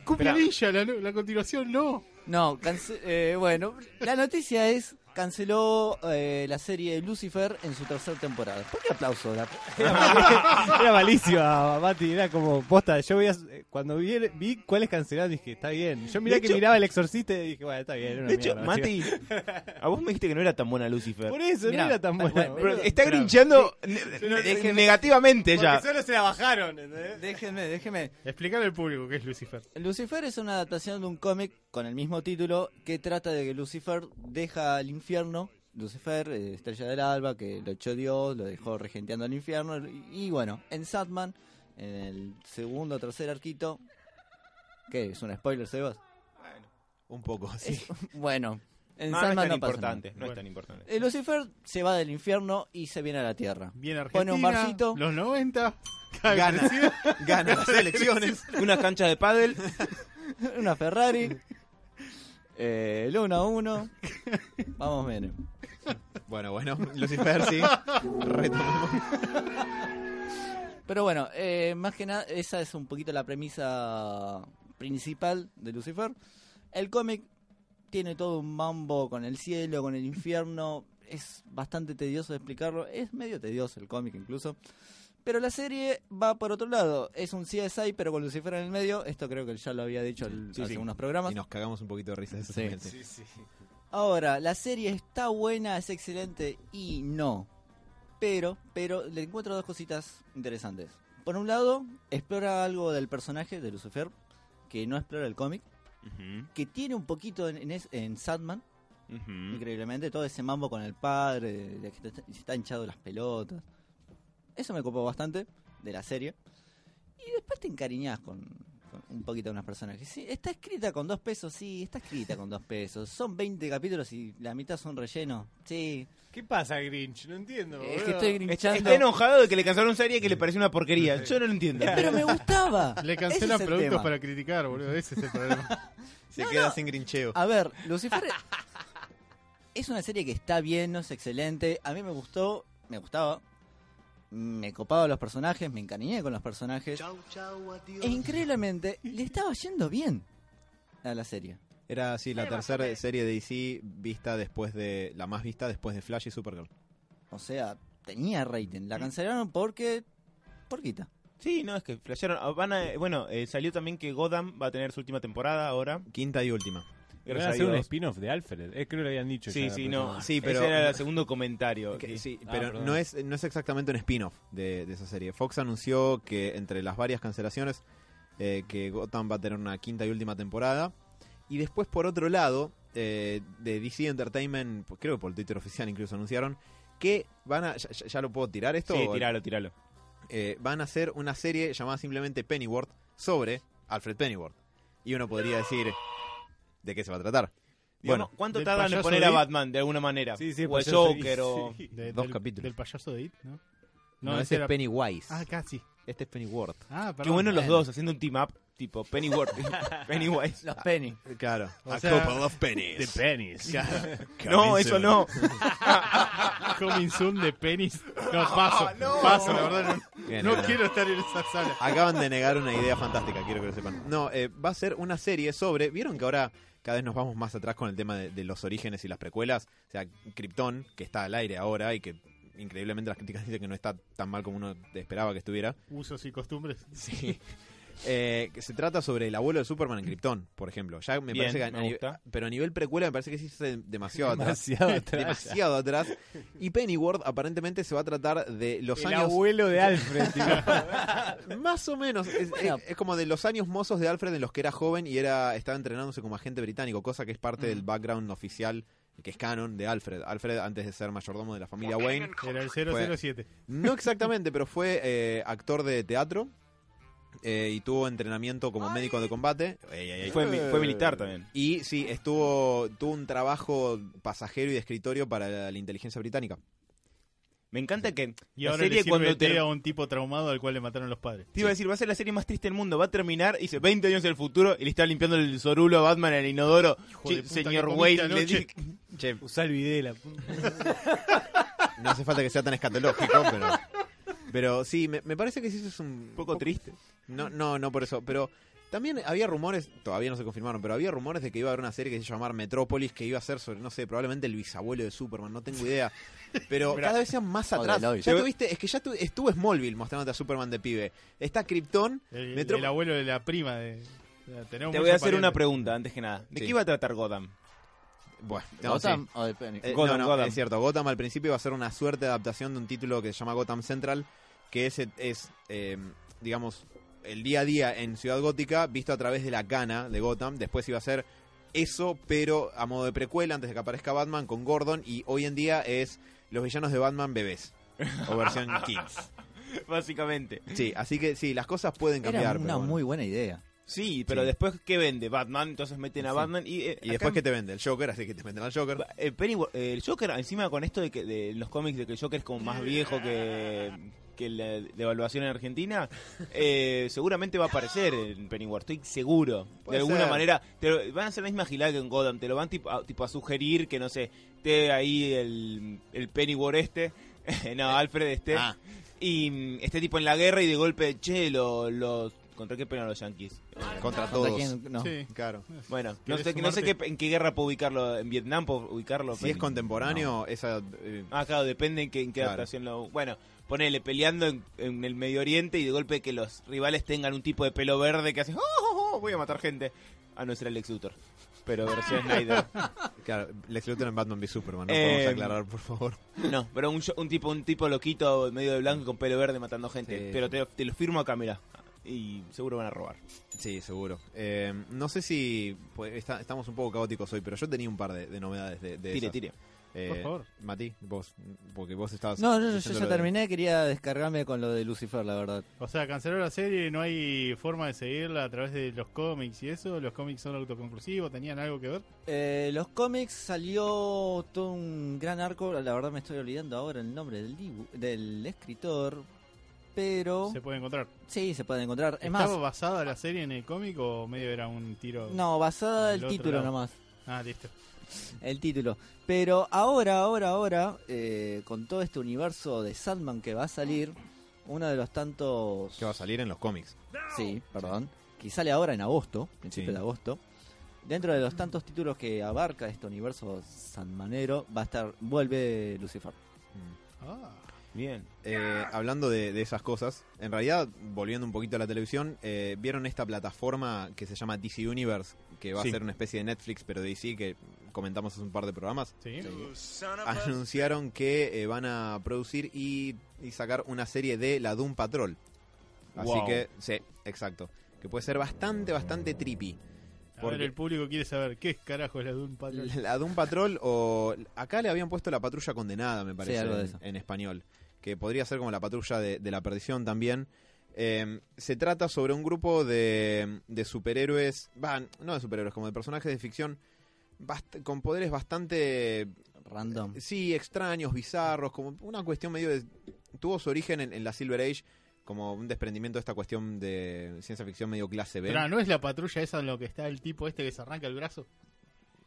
Speaker 1: Cumbia
Speaker 5: Esperá.
Speaker 1: Ninja, la, la continuación no.
Speaker 3: No, cance- eh, bueno, la noticia es canceló eh, la serie Lucifer en su tercera temporada. ¿Por qué aplauso? La-
Speaker 2: era malicio a Mati, era como posta. Yo veía, eh, cuando vi, vi cuáles cancelaron, dije, está bien. Yo mirá
Speaker 5: De
Speaker 2: que
Speaker 5: hecho-
Speaker 2: miraba el exorcista y dije, bueno, está bien. era una
Speaker 5: De hecho,
Speaker 2: mierda, chica.
Speaker 5: Mati, a vos me dijiste que no era tan buena Lucifer.
Speaker 2: Por eso,
Speaker 3: Mirá,
Speaker 2: no era tan
Speaker 3: pa-
Speaker 2: bueno.
Speaker 3: bueno,
Speaker 5: Pero está
Speaker 1: Espera.
Speaker 5: grinchando ne- ne- negativamente ya.
Speaker 2: solo se la bajaron.
Speaker 3: Déjenme, déjenme.
Speaker 1: Explicar al público qué es Lucifer.
Speaker 3: Lucifer es una adaptación de un cómic con el mismo título que trata de que Lucifer deja el infierno. Lucifer, eh, estrella del alba, que lo echó Dios, lo dejó regenteando el infierno. Y, y bueno, en Satman, en el segundo o tercer arquito. ¿Qué? ¿Es un spoiler, Sebas?
Speaker 4: Un poco, sí.
Speaker 3: Es- bueno, en
Speaker 5: No,
Speaker 3: Sandman
Speaker 5: no es
Speaker 3: no,
Speaker 5: tan
Speaker 3: pasa nada.
Speaker 5: importante. No
Speaker 1: Bueno.
Speaker 5: es tan importante.
Speaker 3: Eh, Lucifer se va del infierno y se viene a la tierra.
Speaker 1: Bien Argentina.
Speaker 3: Pone un barcito.
Speaker 1: Los 90.
Speaker 4: Gana. Gana las elecciones.
Speaker 5: Una cancha de pádel.
Speaker 3: Una Ferrari. eh, el 1 a 1. Vamos, Menem.
Speaker 4: Bueno, bueno. Lucifer, sí. Retomamos.
Speaker 3: Pero bueno, eh, más que nada, esa es un poquito la premisa principal de Lucifer. El cómic tiene todo un mambo con el cielo, con el infierno. Es bastante tedioso de explicarlo. Es medio tedioso el cómic incluso. Pero la serie va por otro lado. Es un CSI, pero con Lucifer en el medio. Esto creo que ya lo había dicho el-
Speaker 4: Sí,
Speaker 3: hace
Speaker 4: sí.
Speaker 3: unos programas.
Speaker 4: Y nos cagamos un poquito de risa de eso
Speaker 3: Sí.
Speaker 4: también, sí.
Speaker 3: Ahora, la serie está buena, es excelente y no. Pero, pero le encuentro dos cositas interesantes. Por un lado, explora algo del personaje de Lucifer, que no explora el cómic, que tiene un poquito en, en, es- en Sandman, increíblemente, todo ese mambo con el padre, de que te- se está hinchado las pelotas. Eso me copó bastante de la serie. Y después te encariñas con, con un poquito de unos personajes. Sí, está escrita con dos pesos, sí, está escrita con dos pesos. Son 20 capítulos y la mitad son relleno. Sí,
Speaker 2: ¿Qué pasa, Grinch? No entiendo.
Speaker 3: es
Speaker 2: boludo.
Speaker 3: que estoy
Speaker 5: Está,
Speaker 3: grinchando.
Speaker 5: está enojado de que le cancelaron una serie que le pareció una porquería. Yo no lo entiendo.
Speaker 3: Eh, Pero me gustaba.
Speaker 1: Le
Speaker 3: Ese
Speaker 1: cancelan
Speaker 3: es el
Speaker 1: productos
Speaker 3: tema.
Speaker 1: para criticar, boludo. Ese es el problema.
Speaker 4: Se
Speaker 3: No,
Speaker 4: queda
Speaker 3: no.
Speaker 4: sin grincheo.
Speaker 3: A ver, Lucifer es una serie que está bien, no es excelente. A mí me gustó, me gustaba. Me copaba los personajes, me encariñé con los personajes. E increíblemente, le estaba yendo bien a la serie.
Speaker 4: Era, sí, la tercera serie de DC vista después de... La más vista después de Flash y Supergirl.
Speaker 3: O sea, tenía rating. La cancelaron porque. Porquita.
Speaker 5: Sí, no, es que flashearon. Ah, Van a- bueno, eh, salió también que Gotham va a tener su última temporada ahora.
Speaker 4: Quinta y última.
Speaker 2: Van a
Speaker 5: Gracias a
Speaker 2: hacer un
Speaker 5: Dios.
Speaker 2: spin-off de Alfred. Eh, creo que lo habían dicho.
Speaker 5: Sí,
Speaker 2: ya,
Speaker 5: sí,
Speaker 2: pero-
Speaker 5: no.
Speaker 4: Sí, pero-
Speaker 5: Ese era el segundo comentario. Sí.
Speaker 4: Que- sí,
Speaker 2: Ah,
Speaker 4: pero
Speaker 2: perdón.
Speaker 4: no es, no es exactamente un spin-off de, de esa serie. Fox anunció que entre las varias cancelaciones eh, que Gotham va a tener una quinta y última temporada. Y después, por otro lado, eh, de DC Entertainment, pues, creo que por Twitter oficial incluso anunciaron, que van a... ¿Ya, ya- ya lo puedo tirar esto?
Speaker 5: Sí,
Speaker 4: ¿O-
Speaker 5: tiralo, tiralo.
Speaker 4: eh, van a hacer una serie llamada simplemente Pennyworth sobre Alfred Pennyworth. Y uno podría decir, ¿de qué se va a tratar?
Speaker 5: Digamos,
Speaker 4: bueno,
Speaker 5: ¿cuánto
Speaker 1: del
Speaker 5: tardan en
Speaker 1: payaso
Speaker 5: poner
Speaker 1: de-
Speaker 5: a Batman de alguna manera?
Speaker 2: Sí, sí,
Speaker 5: o el
Speaker 1: pues
Speaker 2: payaso
Speaker 5: Joker
Speaker 2: de-
Speaker 5: o.
Speaker 2: sí.
Speaker 1: De-
Speaker 4: Dos
Speaker 1: del,
Speaker 4: capítulos.
Speaker 1: Del payaso de It, ¿no?
Speaker 4: no,
Speaker 1: ese
Speaker 4: ese
Speaker 1: era-
Speaker 4: es Pennywise.
Speaker 1: Ah, casi.
Speaker 4: este es Pennyworth.
Speaker 1: Ah, perdón.
Speaker 5: Qué bueno los
Speaker 1: Bueno.
Speaker 5: dos haciendo un team up tipo Pennyworth. Pennywise.
Speaker 3: Los Penny.
Speaker 4: Claro.
Speaker 1: O sea-
Speaker 4: of
Speaker 2: De
Speaker 4: pennies.
Speaker 2: penis.
Speaker 5: No, eso no.
Speaker 1: Coming soon de penis. No, paso.
Speaker 5: no.
Speaker 1: Paso, la verdad.
Speaker 4: Bien,
Speaker 1: No,
Speaker 4: nada.
Speaker 1: no quiero estar en esa sala.
Speaker 4: Acaban de negar una idea fantástica, quiero que lo sepan. No, eh, va a ser una serie sobre. ¿Vieron que ahora cada vez nos vamos más atrás con el tema de, de los orígenes y las precuelas? O sea, Krypton, que está al aire ahora y que increíblemente las críticas dicen que no está tan mal como uno esperaba que estuviera.
Speaker 1: Usos y costumbres.
Speaker 4: Sí. Eh, que se trata sobre el abuelo de Superman en Krypton, por ejemplo. Ya me
Speaker 5: Bien,
Speaker 4: parece que a
Speaker 5: me
Speaker 4: nive-
Speaker 5: gusta.
Speaker 4: pero a nivel precuela me parece que sí es eh, demasiado atrás.
Speaker 2: Demasiado atrás.
Speaker 4: Demasiado atrás. Y Pennyworth aparentemente se va a tratar de los
Speaker 2: El
Speaker 4: años.
Speaker 2: abuelo de Alfred, tío.
Speaker 4: Más o menos. Es,
Speaker 3: Bueno.
Speaker 4: es- es como de los años mozos de Alfred en los que era joven y era estaba entrenándose como agente británico, cosa que es parte del background oficial que es canon de Alfred. Alfred, antes de ser mayordomo de la familia Wayne,
Speaker 1: Era el 007.
Speaker 4: no exactamente, pero fue eh, actor de teatro eh, y tuvo entrenamiento como médico de combate. Ey, ey, ey.
Speaker 5: Fue, mi- fue militar también.
Speaker 4: Y sí, estuvo tuvo un trabajo pasajero y de escritorio para la, la inteligencia británica.
Speaker 5: Me encanta que
Speaker 1: Y
Speaker 5: la
Speaker 1: ahora
Speaker 5: serie
Speaker 1: le
Speaker 5: cuando
Speaker 1: sirve
Speaker 5: te...
Speaker 1: té a un tipo traumado al cual le mataron los padres.
Speaker 5: Te iba a decir, va a ser la serie más triste del mundo. Va a terminar, dice, 20 años en el futuro y le está limpiando el sorulo a Batman en el inodoro.
Speaker 1: de
Speaker 5: Che,
Speaker 1: puta,
Speaker 5: señor
Speaker 1: que comiste
Speaker 5: Wayne, le
Speaker 1: anoche.
Speaker 5: dije...
Speaker 4: Che,
Speaker 2: Usá el video, la puta.
Speaker 4: no hace falta que sea tan escatológico, pero... Pero sí, me, me parece que sí eso es un
Speaker 5: Un poco triste.
Speaker 4: No, no, no por eso. Pero también había rumores, todavía no se confirmaron, pero había rumores de que iba a haber una serie que se llamaba Metrópolis, que iba a ser sobre, no sé, probablemente el bisabuelo de Superman, no tengo idea. Pero cada vez sean más
Speaker 3: O de
Speaker 4: atrás.
Speaker 3: Lois.
Speaker 4: Ya tuviste, es que ya tu- estuvo Smallville mostrándote a Superman de pibe. Está Krypton,
Speaker 5: Eh,
Speaker 1: El,
Speaker 4: Metro-
Speaker 1: el abuelo de la prima de.
Speaker 5: Te voy a hacer una pregunta, antes que nada. ¿De
Speaker 4: Sí.
Speaker 5: qué iba a tratar Gotham?
Speaker 4: Bueno, no,
Speaker 3: ¿Gotham
Speaker 4: sí.
Speaker 3: o de Penny?
Speaker 4: Eh,
Speaker 5: Gotham,
Speaker 4: no, no,
Speaker 5: Gotham.
Speaker 4: es cierto. Gotham al principio va a ser una suerte de adaptación de un título que se llama Gotham Central, que es, es eh, digamos, el día a día en Ciudad Gótica visto a través de la cana de Gotham. Después iba a ser eso, pero a modo de precuela, antes de que aparezca Batman con Gordon. Y hoy en día es los villanos de Batman bebés. O versión Kids.
Speaker 5: Básicamente.
Speaker 4: Sí, así que sí, las cosas pueden cambiar.
Speaker 3: Era
Speaker 4: pero
Speaker 3: una
Speaker 4: bueno.
Speaker 3: muy buena idea.
Speaker 5: Sí, pero
Speaker 4: Sí.
Speaker 5: después, ¿qué vende? Batman, entonces meten a
Speaker 3: Sí.
Speaker 5: Batman y... eh,
Speaker 4: Y después
Speaker 5: acá-
Speaker 4: que te vende el Joker, así que te venden al Joker.
Speaker 5: Eh, Pennyworth- eh, el Joker, encima con esto de que de los cómics de que el Joker es como más viejo que, que la devaluación en Argentina, eh, seguramente va a aparecer en Pennyworth, estoy seguro.
Speaker 4: Puede
Speaker 5: de alguna
Speaker 4: ser.
Speaker 5: manera, te lo- van a hacer la misma gilada que en Gotham, te lo van tipo a, tipo a sugerir que no sé, esté ahí el, el Pennyworth este, no, Alfred este,
Speaker 4: Ah.
Speaker 5: y mm, esté tipo en la guerra y de golpe, che, lo- los. ¿Contra qué pena los yankees?
Speaker 4: Contra
Speaker 3: ¿Contra
Speaker 4: todos.
Speaker 3: quién? No.
Speaker 1: Sí.
Speaker 4: Claro.
Speaker 5: Bueno, no
Speaker 1: ¿Querés
Speaker 5: sé, no sé
Speaker 1: sumarte?
Speaker 5: qué- en qué guerra puedo ubicarlo, en Vietnam puedo ubicarlo.
Speaker 4: Si es
Speaker 5: Penny?
Speaker 4: contemporáneo, esa. eh,
Speaker 5: Ah, claro, depende en qué, en qué
Speaker 4: Claro.
Speaker 5: adaptación lo... Bueno, ponele peleando en, en el Medio Oriente y de golpe que los rivales tengan un tipo de pelo verde que hace... ¡Oh, oh, oh! voy a matar gente! Ah, no, será Lex Luthor. Pero versión Snyder.
Speaker 4: Claro, Lex Luthor en Batman v Superman, ¿no?
Speaker 5: Eh,
Speaker 4: Podemos aclarar, por favor.
Speaker 5: No, pero un, yo- un tipo un tipo loquito medio de blanco y con pelo verde matando gente.
Speaker 4: Sí.
Speaker 5: Pero te, te lo firmo acá, mirá. Y seguro van a robar.
Speaker 4: Sí, seguro. Eh, no sé si... pues, está- estamos un poco caóticos hoy, pero yo tenía un par de, de novedades de, de
Speaker 5: Tire,
Speaker 4: esas.
Speaker 5: tire.
Speaker 4: Eh,
Speaker 1: Por favor.
Speaker 4: Mati, vos, porque vos estabas...
Speaker 3: No, no, no, yo
Speaker 4: diciendo
Speaker 3: ya
Speaker 4: lo de-
Speaker 3: terminé, quería descargarme con lo de Lucifer, la verdad.
Speaker 1: O sea, canceló la serie, no hay forma de seguirla a través de los cómics y eso. Los cómics son autoconclusivos, tenían algo que ver.
Speaker 3: Eh, los cómics salió todo un gran arco, la verdad me estoy olvidando ahora el nombre del, dibu- del escritor, pero
Speaker 1: Se puede encontrar.
Speaker 3: sí, se puede encontrar. Es más,
Speaker 1: ¿Estaba basada la serie en el cómic o medio era un tiro?
Speaker 3: no, basada
Speaker 1: Al
Speaker 3: el
Speaker 1: otro
Speaker 3: título
Speaker 1: lado.
Speaker 3: nomás,
Speaker 1: Ah, listo.
Speaker 3: el título. Pero ahora, ahora, ahora, eh, con todo este universo de Sandman que va a salir, uno de los tantos...
Speaker 4: Que va a salir en los cómics.
Speaker 3: Sí, perdón. Que sale ahora en agosto, principio
Speaker 4: Sí.
Speaker 3: de agosto. Dentro de los tantos títulos que abarca este universo sanmanero, va a estar, vuelve Lucifer.
Speaker 4: Mm.
Speaker 1: Ah.
Speaker 5: Bien.
Speaker 4: Eh, hablando de, de esas cosas, en realidad, volviendo un poquito a la televisión, eh, ¿vieron esta plataforma que se llama DC Universe? Que va
Speaker 1: Sí.
Speaker 4: a ser una especie de Netflix, pero DC, que comentamos hace un par de programas.
Speaker 1: Sí.
Speaker 4: Anunciaron que eh, van a producir y, y sacar una serie de la Doom Patrol. Así
Speaker 1: Wow.
Speaker 4: que, sí, exacto. Que puede ser bastante, bastante trippy.
Speaker 1: A ver,
Speaker 4: Porque-
Speaker 1: el público quiere saber qué carajo es la Doom Patrol.
Speaker 4: La Doom Patrol o... Acá le habían puesto la patrulla condenada, me parece,
Speaker 3: algo de
Speaker 4: en-
Speaker 3: eso.
Speaker 4: en, español. Que podría ser como la patrulla de, de la perdición también. Eh, se trata sobre un grupo de, de superhéroes... Van, no de superhéroes, como de personajes de ficción bast- con poderes bastante
Speaker 3: Random.
Speaker 4: Sí, extraños, bizarros, como una cuestión medio de... Tuvo su origen en, en la Silver Age, como un desprendimiento de esta cuestión de ciencia ficción medio clase B.
Speaker 1: Pero no es la patrulla esa en lo que está el tipo este que se arranca el brazo.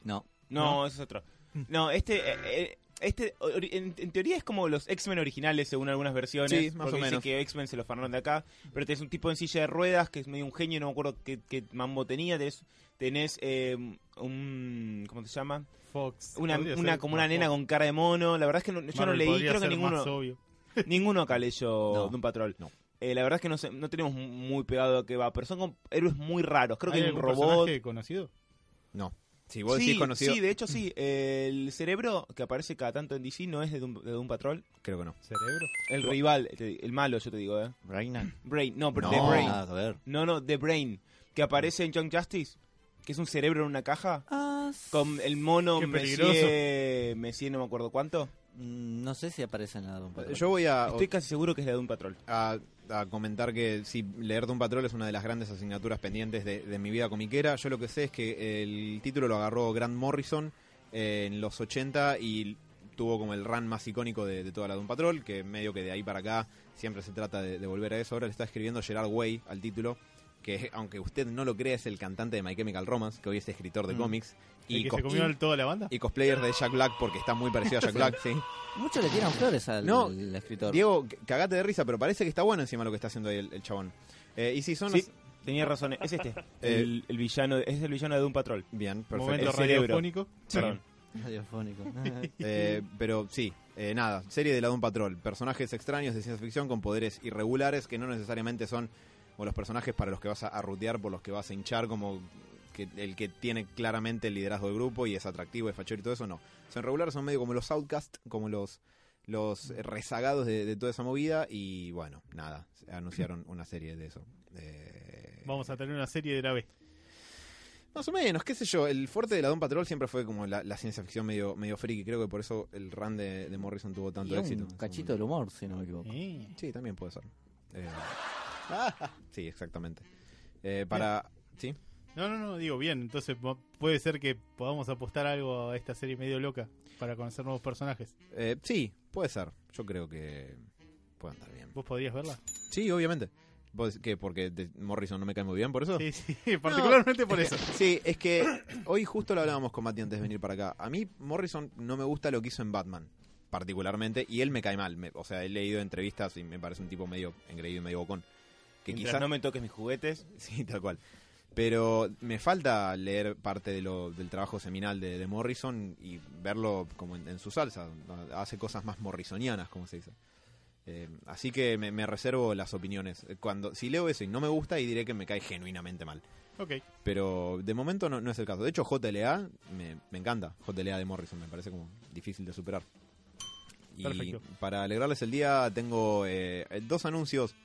Speaker 3: No.
Speaker 5: No, eso es otro. No, este. eh, eh, este ori- en, en teoría es como los X-Men originales, según algunas versiones.
Speaker 4: Sí, más
Speaker 5: porque
Speaker 4: o
Speaker 5: dicen
Speaker 4: menos.
Speaker 5: que X-Men se los farnaron de acá. Pero tenés un tipo en silla de ruedas que es medio un genio, no me acuerdo qué, qué mambo tenía. Tenés, tenés eh, un. ¿Cómo se llama?
Speaker 1: Fox.
Speaker 5: Una,
Speaker 1: Podría
Speaker 5: una,
Speaker 1: ser
Speaker 5: como una
Speaker 1: más
Speaker 5: nena
Speaker 1: Fox.
Speaker 5: con cara de mono. La verdad es que no- yo
Speaker 1: Marvel
Speaker 5: no leí,
Speaker 1: podría
Speaker 5: creo que
Speaker 1: ser más
Speaker 5: ninguno,
Speaker 1: obvio.
Speaker 5: ninguno acá leyó
Speaker 4: No.
Speaker 5: de un patrol.
Speaker 4: No.
Speaker 5: Eh, la verdad es que no, sé- no tenemos muy pegado a qué va, pero son como héroes muy raros. Creo que hay un
Speaker 1: algún
Speaker 5: robot.
Speaker 1: personaje conocido?
Speaker 4: No. Si vos
Speaker 5: sí,
Speaker 4: decís conocido...
Speaker 5: sí, de hecho sí. El cerebro que aparece cada tanto en DC no es de Doom, de Doom Patrol.
Speaker 4: Creo que no.
Speaker 1: ¿Cerebro?
Speaker 5: El rival, te- el malo, yo te digo, ¿eh? Brain, no, pero
Speaker 4: No.
Speaker 5: The Brain.
Speaker 3: nada que ver.
Speaker 5: No, no, The Brain. Que aparece en Young Justice, que es un cerebro en una caja.
Speaker 3: Ah, s-
Speaker 5: Con el mono
Speaker 1: Qué
Speaker 5: Messier, Messier, no me acuerdo cuánto.
Speaker 3: mm, No sé si aparece en la Doom Patrol.
Speaker 4: Yo voy a...
Speaker 5: Estoy casi seguro que es de Doom Patrol.
Speaker 4: a, a comentar que si leer de un patrón es una de las grandes asignaturas pendientes de, de mi vida comiquera. Yo lo que sé es que el título lo agarró Grant Morrison eh, en los 80 y tuvo como el run más icónico de, de toda la de un patrón, que medio que de ahí para acá siempre se trata de, de volver a eso. Ahora le está escribiendo Gerard Way al título, que aunque usted no lo crea es el cantante de My Chemical Romance, que hoy es escritor de
Speaker 5: Mm.
Speaker 4: cómics
Speaker 1: ¿El
Speaker 4: y,
Speaker 1: que se
Speaker 4: cos-
Speaker 1: comió el- toda la banda?
Speaker 4: y cosplayer de Jack Black porque está muy parecido a Jack Black, sí.
Speaker 3: Muchos le tiran flores al,
Speaker 4: No,
Speaker 3: al escritor.
Speaker 4: Diego, c- cagate de risa, pero parece que está bueno encima lo que está haciendo ahí el, el chabón. Eh, y si son
Speaker 5: Sí,
Speaker 4: los-
Speaker 5: tenía razón. Es este. El, el villano, es el villano de Doom Patrol.
Speaker 4: Bien,
Speaker 1: Momento
Speaker 4: Eh, perfecto.
Speaker 5: El cerebro.
Speaker 1: radiofónico.
Speaker 4: Sí.
Speaker 5: Perdón.
Speaker 3: Radiofónico.
Speaker 4: Eh, pero sí, eh, nada, serie de la Doom Patrol. Personajes extraños de ciencia ficción con poderes irregulares que no necesariamente son o los personajes para los que vas a, a rutear, por los que vas a hinchar, como que el que tiene claramente el liderazgo del grupo y es atractivo, es fachero y todo eso, no. Son regulares, son medio como los outcasts, como los los eh, rezagados de, de toda esa movida y bueno, nada, anunciaron una serie de eso. Eh,
Speaker 1: Vamos a tener una serie de la B.
Speaker 4: Más o menos, qué sé yo. El fuerte de la Don Patrol siempre fue como la, la ciencia ficción medio, medio friki. Creo que por eso el run de, de Morrison tuvo
Speaker 3: Y
Speaker 4: tanto
Speaker 3: un
Speaker 4: éxito.
Speaker 3: cachito del humor, si no me equivoco.
Speaker 1: Eh.
Speaker 4: Sí, también puede ser. Eh, sí, exactamente. Eh, para. ¿Sí?
Speaker 1: No, no, no, digo bien. Entonces mo- puede ser que podamos apostar algo a esta serie medio loca para conocer nuevos personajes.
Speaker 4: Eh, sí, puede ser. Yo creo que puede andar bien.
Speaker 1: ¿Vos podrías verla?
Speaker 4: Sí, obviamente. ¿Vos, ¿Qué? ¿Porque de- Morrison no me cae muy bien por eso?
Speaker 1: Sí, sí, particularmente por eso.
Speaker 4: Sí, es que hoy justo lo hablábamos con Mati antes de venir para acá. A mí Morrison no me gusta lo que hizo en Batman, particularmente, y él me cae mal. Me- o sea, he leído entrevistas y me parece un tipo medio engreído y medio bocón. Que
Speaker 5: Mientras
Speaker 4: quizás...
Speaker 5: no me toques mis juguetes.
Speaker 4: Sí, tal cual. Pero me falta leer parte de lo- del trabajo seminal de, de Morrison y verlo como en, en su salsa. Hace cosas más morrisonianas, como se dice. Eh, así que me, me reservo las opiniones. Cuando, si leo eso y no me gusta, y diré que me cae genuinamente mal.
Speaker 1: Ok.
Speaker 4: Pero de momento no, no es el caso. De hecho, JLA me, me encanta. JLA de Morrison me parece como difícil de superar. Y
Speaker 1: Perfecto.
Speaker 4: para alegrarles el día, tengo eh, dos anuncios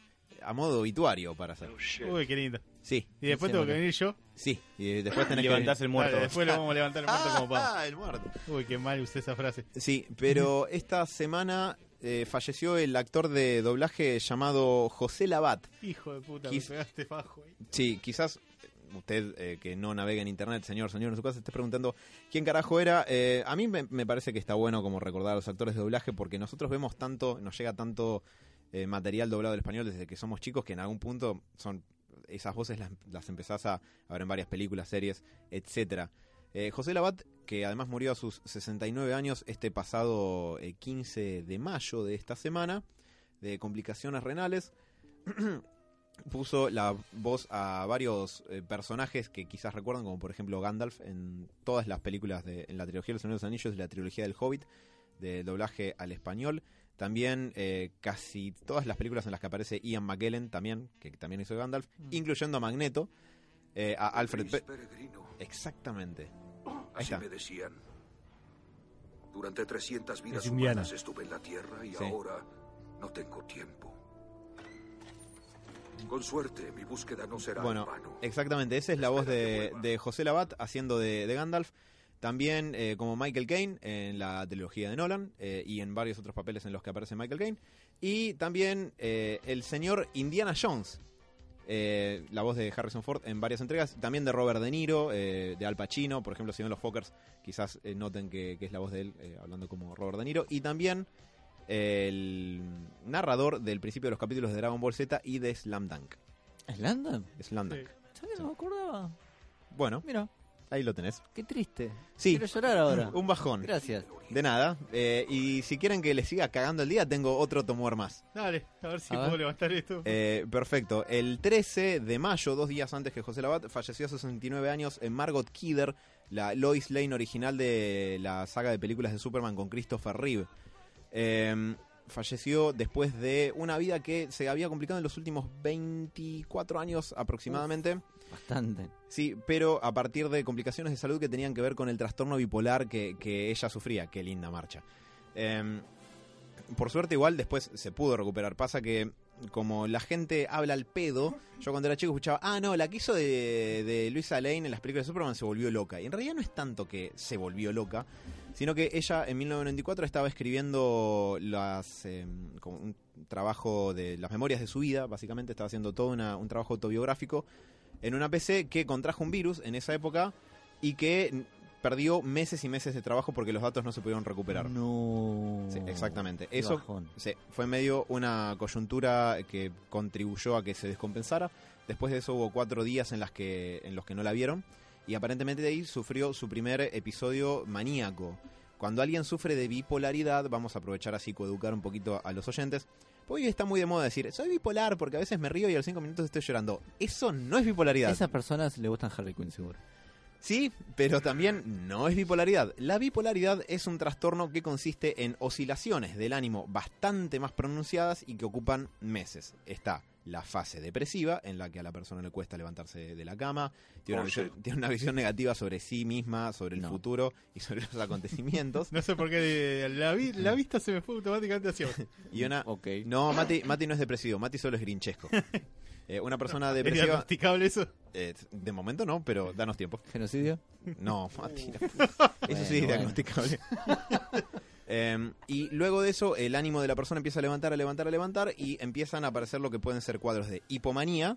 Speaker 4: a modo obituario para hacer.
Speaker 1: Uy, qué lindo.
Speaker 4: Sí,
Speaker 1: Oh, Y después
Speaker 3: Sí,
Speaker 1: tengo que
Speaker 3: vale.
Speaker 1: venir yo.
Speaker 4: sí. Y después tenés
Speaker 5: Levantás
Speaker 4: que. Ah,
Speaker 5: el muerto.
Speaker 1: Dale, después lo vamos a levantar el muerto como pavo.
Speaker 4: el muerto.
Speaker 1: Uy, qué mal usé esa frase.
Speaker 4: Sí, pero esta semana eh, falleció el actor de doblaje llamado José Labat.
Speaker 1: Hijo de puta,
Speaker 4: Quis-
Speaker 1: me pegaste bajo ahí.
Speaker 4: Sí, quizás usted eh, que no navega en internet, señor, señor, en su casa, esté preguntando quién carajo era. Eh, a mí me, me parece que está bueno como recordar a los actores de doblaje porque nosotros vemos tanto, nos llega tanto eh, material doblado del español desde que somos chicos que en algún punto son esas voces las, las empezás a, a ver en varias películas, series, etcétera. Eh, José Labat, que además murió a sus 69 años este pasado eh, 15 de mayo de esta semana, de complicaciones renales, puso la voz a varios eh, personajes que quizás recuerdan, como por ejemplo Gandalf en todas las películas de en la trilogía de los Señor de los Anillos y la trilogía del Hobbit, del doblaje al español. También eh, casi todas las películas en las que aparece Ian McKellen, también, que también hizo Gandalf, incluyendo a Magneto, eh, a Alfred
Speaker 7: Luis
Speaker 4: Pe-
Speaker 7: Peregrino.
Speaker 4: Exactamente. Ahí
Speaker 7: Así
Speaker 4: está.
Speaker 7: me decían. Durante 300 vidas
Speaker 2: Es indiana.
Speaker 7: humanas estuve en la Tierra y
Speaker 4: Sí.
Speaker 7: ahora no tengo tiempo. Con suerte, mi búsqueda no será
Speaker 4: Bueno,
Speaker 7: en vano.
Speaker 1: eh,
Speaker 4: exactamente, esa es la voz de, de José Labat haciendo de, de Gandalf. También eh, como Michael Caine en la trilogía de Nolan eh, y en varios otros papeles en los que aparece Michael Caine. Y también eh, el señor Indiana Jones, eh, la voz de Harrison Ford en varias entregas. También de Robert De Niro, eh, de Al Pacino, por ejemplo, si ven los Fockers quizás eh, noten que, que es la voz de él eh, hablando como Robert De Niro. Y también el narrador del principio de los capítulos de Dragon Ball Z y de Slam Dunk.
Speaker 3: ¿Es Landon?
Speaker 4: Slam Dunk.
Speaker 3: ¿Sabes que no me acordaba?
Speaker 4: Bueno,
Speaker 3: Mira,
Speaker 4: ahí lo tenés.
Speaker 3: qué triste.
Speaker 4: Sí.
Speaker 3: Quiero llorar ahora.
Speaker 4: Un bajón.
Speaker 3: Gracias.
Speaker 4: De nada. Eh, y si quieren que les siga cagando el día, tengo otro Tomor más.
Speaker 1: Dale, a ver si
Speaker 3: A ver.
Speaker 1: puedo levantar esto.
Speaker 4: Eh, perfecto. El 13 de mayo, dos días antes que José Labat, falleció a sus 69 años en Margot Kidder, la Lois Lane original de la saga de películas de Superman con Christopher Reeve. Eh, falleció después de una vida que se había complicado en los últimos 24 años aproximadamente.
Speaker 3: Bastante.
Speaker 4: Sí, pero a partir de complicaciones de salud que tenían que ver con el trastorno bipolar que, que ella sufría. Qué linda marcha. Em, por suerte, igual después se pudo recuperar. Pasa que, como la gente habla al pedo, yo cuando era chico escuchaba, ah, no, la que hizo de, de Luisa Lane en las películas de Superman se volvió loca. Y en realidad no es tanto que se volvió loca, sino que ella en 1994 estaba escribiendo las, em, como un trabajo de las memorias de su vida, básicamente, estaba haciendo todo una- un trabajo autobiográfico en una PC que contrajo un virus en esa época y que n- perdió meses y meses de trabajo porque los datos no se pudieron recuperar.
Speaker 3: No.
Speaker 4: Sí, exactamente.
Speaker 3: Qué
Speaker 4: Eso
Speaker 3: bajón.
Speaker 4: sí, fue medio una coyuntura que contribuyó a que se descompensara. Después de eso hubo cuatro días en, las que, en los que no la vieron y aparentemente de ahí sufrió su primer episodio maníaco. Cuando alguien sufre de bipolaridad, vamos a aprovechar a psicoeducar un poquito a los oyentes. Hoy está muy de moda decir, soy bipolar porque a veces me río y a los cinco minutos estoy llorando. Eso no es bipolaridad.
Speaker 3: Esas personas le gustan Harry Quinn, seguro.
Speaker 4: Sí, pero también no es bipolaridad. La bipolaridad es un trastorno que consiste en oscilaciones del ánimo bastante más pronunciadas y que ocupan meses. Está la fase depresiva, en la que a la persona le cuesta levantarse de la cama, tiene una,
Speaker 7: Oh,
Speaker 4: visión,
Speaker 7: shit.
Speaker 4: tiene una visión negativa sobre sí misma, sobre el
Speaker 3: No.
Speaker 4: futuro y sobre los acontecimientos.
Speaker 1: No sé por qué de- la, vi- la vista se me fue automáticamente hacia vos.
Speaker 4: Y una...
Speaker 3: Ok.
Speaker 4: No, Mati, Mati no es depresivo, Mati solo es grinchesco. Eh, una persona
Speaker 1: ¿Es
Speaker 4: depresiva...
Speaker 1: diagnosticable eso?
Speaker 4: eh, de momento no, pero danos tiempo.
Speaker 3: ¿Genocidio?
Speaker 4: No, Mati, la puta. Eso
Speaker 3: Bueno,
Speaker 4: sí es
Speaker 3: bueno.
Speaker 4: diagnosticable. Em, y luego de eso, el ánimo de la persona empieza a levantar, a levantar, a levantar y empiezan a aparecer lo que pueden ser cuadros de hipomanía,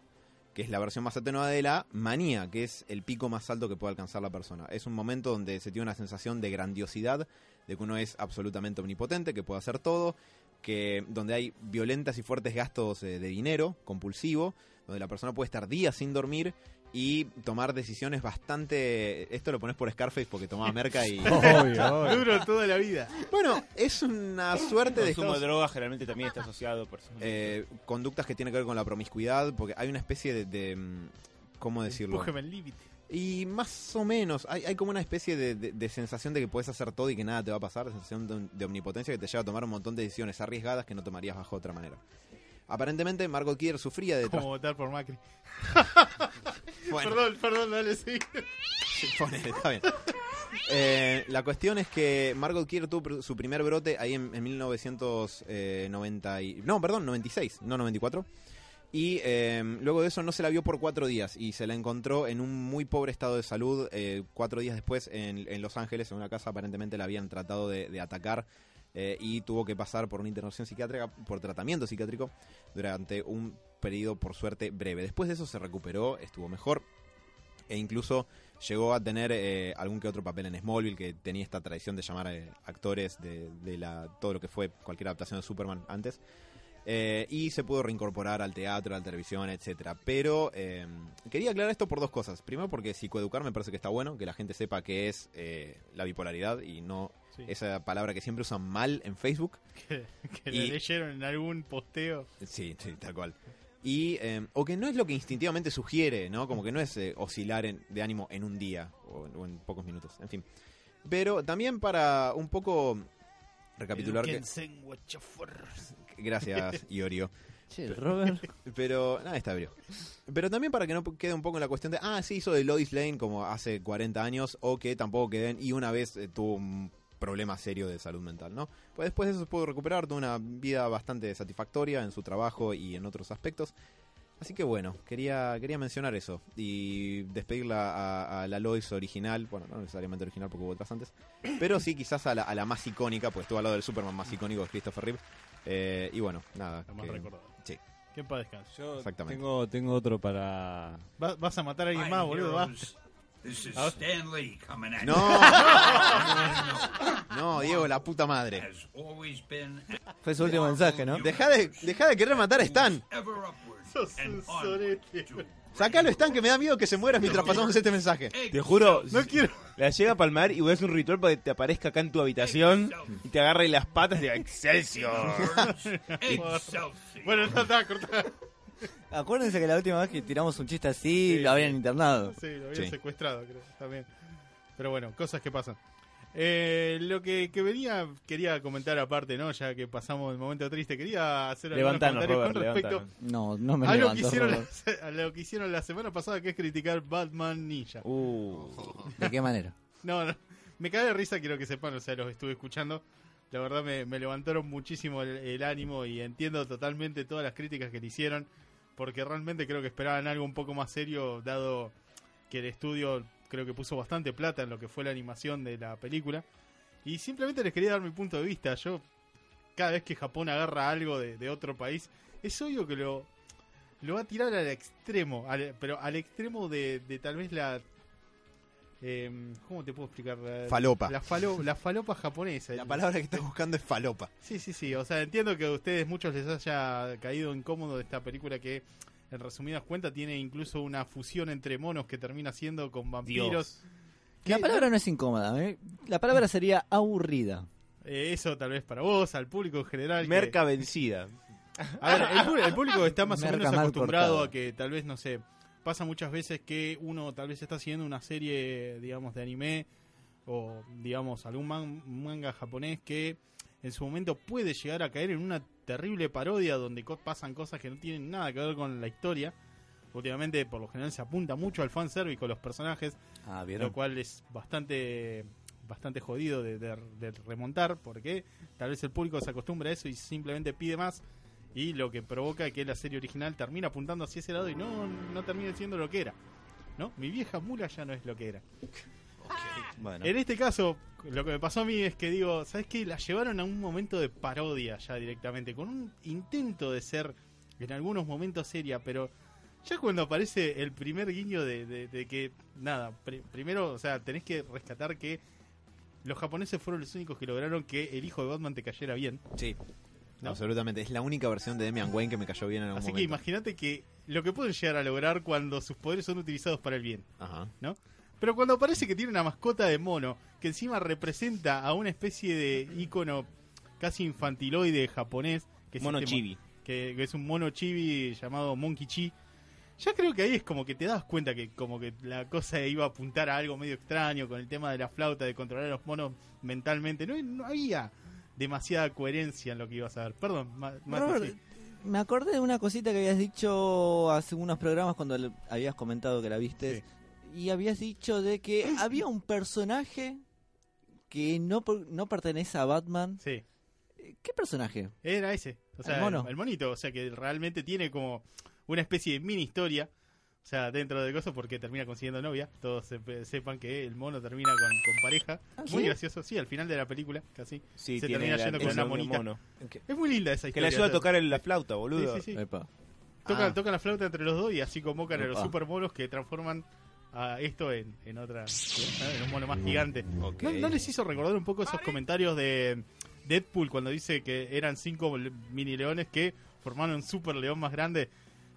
Speaker 4: que es la versión más atenuada de la manía, que es el pico más alto que puede alcanzar la persona. Es un momento donde se tiene una sensación de grandiosidad, de que uno es absolutamente omnipotente, que puede hacer todo, que donde hay violentas y fuertes gastos eh, de dinero compulsivo, donde la persona puede estar días sin dormir y tomar decisiones bastante. Esto lo pones por Scarface porque tomaba merca y.
Speaker 2: Obvio, obvio.
Speaker 1: Duro toda la vida.
Speaker 4: Bueno, es una suerte
Speaker 5: El
Speaker 4: de.
Speaker 5: consumo de
Speaker 4: Estados-
Speaker 5: drogas generalmente también está asociado por supuesto.
Speaker 4: eh, conductas que tienen que ver con la promiscuidad, porque hay una especie de. de, mm, ¿Cómo decirlo?
Speaker 1: Empújeme el límite.
Speaker 4: Y más o menos, hay, hay como una especie de, de- de sensación de que puedes hacer todo y que nada te va a pasar, sensación de, de omnipotencia que te lleva a tomar un montón de decisiones arriesgadas que no tomarías bajo otra manera. Aparentemente, Margot Kidder sufría de
Speaker 1: Como
Speaker 4: tras-
Speaker 1: votar por Macri.
Speaker 4: Bueno.
Speaker 1: Perdón, perdón, dale, sí.
Speaker 4: Ponele, está bien. Eh, la cuestión es que Margot Kidder tuvo pr- su primer brote ahí en, en 1990 y, no, perdón, 96, no 94. Y eh, luego de eso no se la vio por cuatro días y se la encontró en un muy pobre estado de salud eh, cuatro días después en, en Los Ángeles, en una casa aparentemente la habían tratado de, de atacar eh, y tuvo que pasar por una internación psiquiátrica, por tratamiento psiquiátrico durante un periodo por suerte breve. Después de eso se recuperó, estuvo mejor e incluso llegó a tener eh, algún que otro papel en Smallville, que tenía esta tradición de llamar a eh, actores de, de la, todo lo que fue cualquier adaptación de Superman antes. Eh, y se pudo reincorporar al teatro, a la televisión, etcétera. Pero eh, quería aclarar esto por dos cosas. Primero, porque psicoeducar me parece que está bueno, que la gente sepa que es eh, la bipolaridad y no
Speaker 1: Sí.
Speaker 4: esa palabra que siempre usan mal en Facebook.
Speaker 1: Que, que
Speaker 4: Y-
Speaker 1: la leyeron en algún posteo.
Speaker 4: Sí, sí, tal cual. Y, eh, o que no es lo que instintivamente sugiere, ¿no? Como que no es eh, oscilar en- de ánimo en un día o, en- o en pocos minutos, en fin. Pero también para un poco recapitular que... Gracias, Iorio.
Speaker 3: Che, Robert.
Speaker 4: Pero nada, está abrió. Pero también para que no quede un poco en la cuestión de, ah, sí, hizo de Lois Lane como hace 40 años, o que tampoco queden, y una vez eh, tuvo un problema serio de salud mental, ¿no? Pues después de eso se pudo recuperar, tuvo una vida bastante satisfactoria en su trabajo y en otros aspectos. Así que bueno, quería, quería mencionar eso y despedirla a, a la Lois original, bueno, no necesariamente original porque hubo otras antes, pero sí quizás a la, a la más icónica, pues estuvo al lado del Superman más icónico, Christopher Reeve. Eh, y bueno, nada.
Speaker 1: Lo más
Speaker 4: que-
Speaker 1: recordado.
Speaker 4: sí.
Speaker 1: Que para descanso.
Speaker 2: Yo
Speaker 4: Exactamente.
Speaker 2: Tengo, tengo otro para.
Speaker 1: Va- vas a matar a alguien más, boludo. va. Ah.
Speaker 7: This is Stan Lee coming at
Speaker 4: No, no, Diego, la puta
Speaker 7: you.
Speaker 4: madre.
Speaker 7: Has always been
Speaker 3: Fue su último mensaje, ¿no?
Speaker 4: Deja de, deja de querer matar a Stan.
Speaker 7: ever upward
Speaker 1: Sos
Speaker 7: and
Speaker 1: un
Speaker 7: onward
Speaker 1: sorete.
Speaker 7: to
Speaker 4: Sacalo, Stan, que me da miedo que se muera mientras pasamos este mensaje.
Speaker 5: Te juro,
Speaker 1: No quiero.
Speaker 5: la llega a palmar y voy a hacer un ritual para que te aparezca acá en tu habitación y te agarre las patas de Excelsior.
Speaker 7: Excelsior.
Speaker 1: Bueno, está, está, cortá.
Speaker 3: Acuérdense que la última vez que tiramos un chiste así lo habían internado.
Speaker 1: Sí, lo habían
Speaker 4: Sí.
Speaker 1: secuestrado, creo, también. Pero bueno, cosas que pasan. Eh, lo que, que venía, quería comentar aparte, ¿no? Ya que pasamos el momento triste, quería hacer algunos
Speaker 5: Levantanos,
Speaker 1: comentarios
Speaker 5: Robert,
Speaker 1: con respecto
Speaker 5: levantanos.
Speaker 3: No, no me
Speaker 1: a lo, que
Speaker 3: levanto.
Speaker 1: hicieron la,
Speaker 3: Robert.
Speaker 1: a lo que hicieron la semana pasada, que es criticar Batman Ninja.
Speaker 4: Uh.
Speaker 3: ¿De qué manera?
Speaker 1: No, no, me cae de risa, quiero que sepan, o sea, los estuve escuchando. La verdad me, me levantaron muchísimo el, el ánimo y entiendo totalmente todas las críticas que le hicieron, porque realmente creo que esperaban algo un poco más serio, dado que el estudio creo que puso bastante plata en lo que fue la animación de la película. Y simplemente les quería dar mi punto de vista. Yo, cada vez que Japón agarra algo de, de otro país, es obvio que lo, lo va a tirar al extremo, al- pero al extremo de, de tal vez la... em, ¿Cómo te puedo explicar? La-
Speaker 4: Falopa.
Speaker 1: La, falo- la falopa japonesa.
Speaker 4: La palabra que estás buscando es falopa.
Speaker 1: Sí, sí, sí. O sea, entiendo que a ustedes muchos les haya caído incómodo esta película que, en resumidas cuentas, tiene incluso una fusión entre monos que termina siendo con vampiros.
Speaker 3: La palabra no es incómoda. ¿eh? La palabra sería aburrida.
Speaker 1: Eh, eso tal vez para vos, al público en general. que-
Speaker 5: Merca vencida.
Speaker 1: A ver, el, pu- el público está más o
Speaker 3: Merca
Speaker 1: menos
Speaker 3: mal
Speaker 1: acostumbrado
Speaker 3: cortada.
Speaker 1: a que tal vez, no sé, pasa muchas veces que uno tal vez está siguiendo una serie, digamos, de anime o, digamos, algún man- manga japonés que en su momento puede llegar a caer en una terrible parodia donde co- pasan cosas que no tienen nada que ver con la historia. Últimamente, por lo general, se apunta mucho al fanservice con los personajes
Speaker 3: Ah,
Speaker 1: lo cual es bastante bastante jodido de, de- de remontar porque tal vez el público se acostumbra a eso y simplemente pide más y lo que provoca que la serie original termina apuntando hacia ese lado y no, no termine siendo lo que era. ¿No? Mi vieja mula ya no es lo que era.
Speaker 5: Bueno.
Speaker 4: Eh,
Speaker 1: En este caso, lo que me pasó a mí es que digo, ¿sabes qué? La llevaron a un momento de parodia ya directamente, con un intento de ser en algunos momentos seria, pero ya cuando aparece el primer guiño de, de- de que, nada, pri- primero, o sea, tenés que rescatar que los japoneses fueron los únicos que lograron que el hijo de Batman te cayera bien.
Speaker 4: Sí.
Speaker 1: ¿No?
Speaker 4: Absolutamente. Es la única versión de Demian Wayne que me cayó bien en algún
Speaker 1: Así que
Speaker 4: momento.
Speaker 1: imagínate que lo que pueden llegar a lograr cuando sus poderes son utilizados para el bien.
Speaker 4: Ajá.
Speaker 1: Pero cuando aparece que tiene una mascota de mono, que encima representa a una especie de ícono casi infantiloide japonés, que es,
Speaker 5: Mono
Speaker 1: este mo-
Speaker 5: chibi.
Speaker 1: que, que es un mono chibi llamado Monkey Chi, ya creo que ahí es como que te das cuenta que como que la cosa iba a apuntar a algo medio extraño con el tema de la flauta, de controlar a los monos mentalmente. No, no había demasiada coherencia en lo que ibas a ver. Perdón, Ma- Mati,
Speaker 3: Robert,
Speaker 1: sí.
Speaker 3: me acordé de una cosita que habías dicho hace unos programas cuando le- habías comentado que la viste. Y habías dicho de que había un personaje que no, per- no pertenece a Batman.
Speaker 1: sí.
Speaker 3: ¿Qué personaje?
Speaker 1: Era ese. O sea, el,
Speaker 3: El mono.
Speaker 1: el monito. O sea, que realmente tiene como una especie de mini historia. O sea, dentro de cosas, porque termina consiguiendo novia. Todos se- sepan que el mono termina con, con pareja.
Speaker 5: ¿Ah,
Speaker 1: Muy
Speaker 3: ¿sí?
Speaker 1: gracioso. Sí, al final de la película, casi.
Speaker 5: Sí,
Speaker 1: Se
Speaker 5: tiene
Speaker 1: termina
Speaker 5: la
Speaker 1: yendo con una
Speaker 5: atención de
Speaker 1: monita.
Speaker 5: mono.
Speaker 1: Es muy linda esa
Speaker 5: Que
Speaker 1: historia.
Speaker 5: le ayuda a
Speaker 1: o sea,
Speaker 5: tocar el- la flauta, boludo.
Speaker 1: Sí, sí, sí.
Speaker 3: Epa.
Speaker 1: Toca,
Speaker 3: Ah.
Speaker 1: toca la flauta entre los dos y así convocan a los
Speaker 3: Opa.
Speaker 1: super monos que transforman a esto en, en otra. en un mono más gigante.
Speaker 4: Ok.
Speaker 1: ¿No, no les hizo recordar un poco esos comentarios de Deadpool cuando dice que eran cinco le- mini leones que formaron un super león más grande?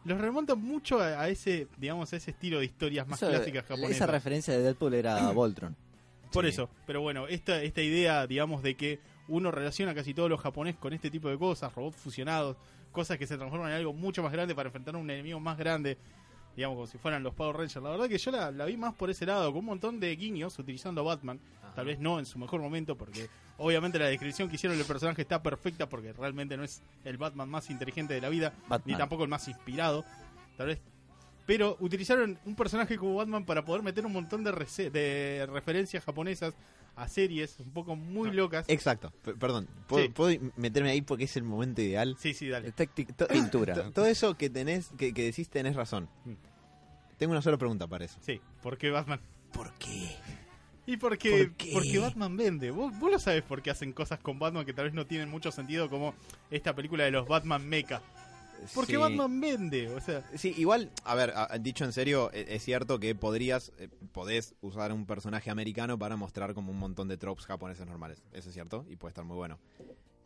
Speaker 1: Los remontan mucho a, a ese, digamos, a ese estilo de historias más
Speaker 3: Eso-
Speaker 1: clásicas
Speaker 3: Esa
Speaker 1: japonesas.
Speaker 3: referencia de Deadpool era Voltron.
Speaker 1: Por
Speaker 4: Sí.
Speaker 1: eso, pero bueno, esta, esta idea, digamos, de que uno relaciona casi todos los japoneses con este tipo de cosas, robots fusionados, cosas que se transforman en algo mucho más grande para enfrentar a un enemigo más grande. digamos, como si fueran los Power Rangers. La verdad que yo la, la vi más por ese lado, con un montón de guiños utilizando a Batman.
Speaker 4: Ah.
Speaker 1: Tal vez no en su mejor momento, porque obviamente la descripción que hicieron del personaje está perfecta, porque realmente no es el Batman más inteligente de la vida,
Speaker 3: Batman.
Speaker 1: ni tampoco el más inspirado. Tal vez. Pero utilizaron un personaje como Batman para poder meter un montón de, rece- de referencias japonesas a series un poco muy locas.
Speaker 4: Exacto, P- perdón. ¿Puedo,
Speaker 1: Sí.
Speaker 4: puedo meterme ahí porque es el momento ideal?
Speaker 1: Sí, sí, dale.
Speaker 3: Detective
Speaker 4: To-
Speaker 3: Pintura.
Speaker 4: to- Todo eso que tenés, que, que decís tenés razón.
Speaker 1: Mm.
Speaker 4: Tengo una sola pregunta para eso.
Speaker 1: Sí, ¿por qué Batman?
Speaker 4: ¿Por qué?
Speaker 1: Y porque,
Speaker 4: ¿Por qué?
Speaker 1: porque Batman vende. Vos, vos lo sabés por qué hacen cosas con Batman que tal vez no tienen mucho sentido, como esta película de los Batman Mecha. Porque
Speaker 4: Sí.
Speaker 1: Batman vende, o sea.
Speaker 4: Sí, igual, a ver, a- a- dicho en serio, e- es cierto que podrías, eh, podés usar un personaje americano para mostrar como un montón de tropes japoneses normales. Eso es cierto y puede estar muy bueno.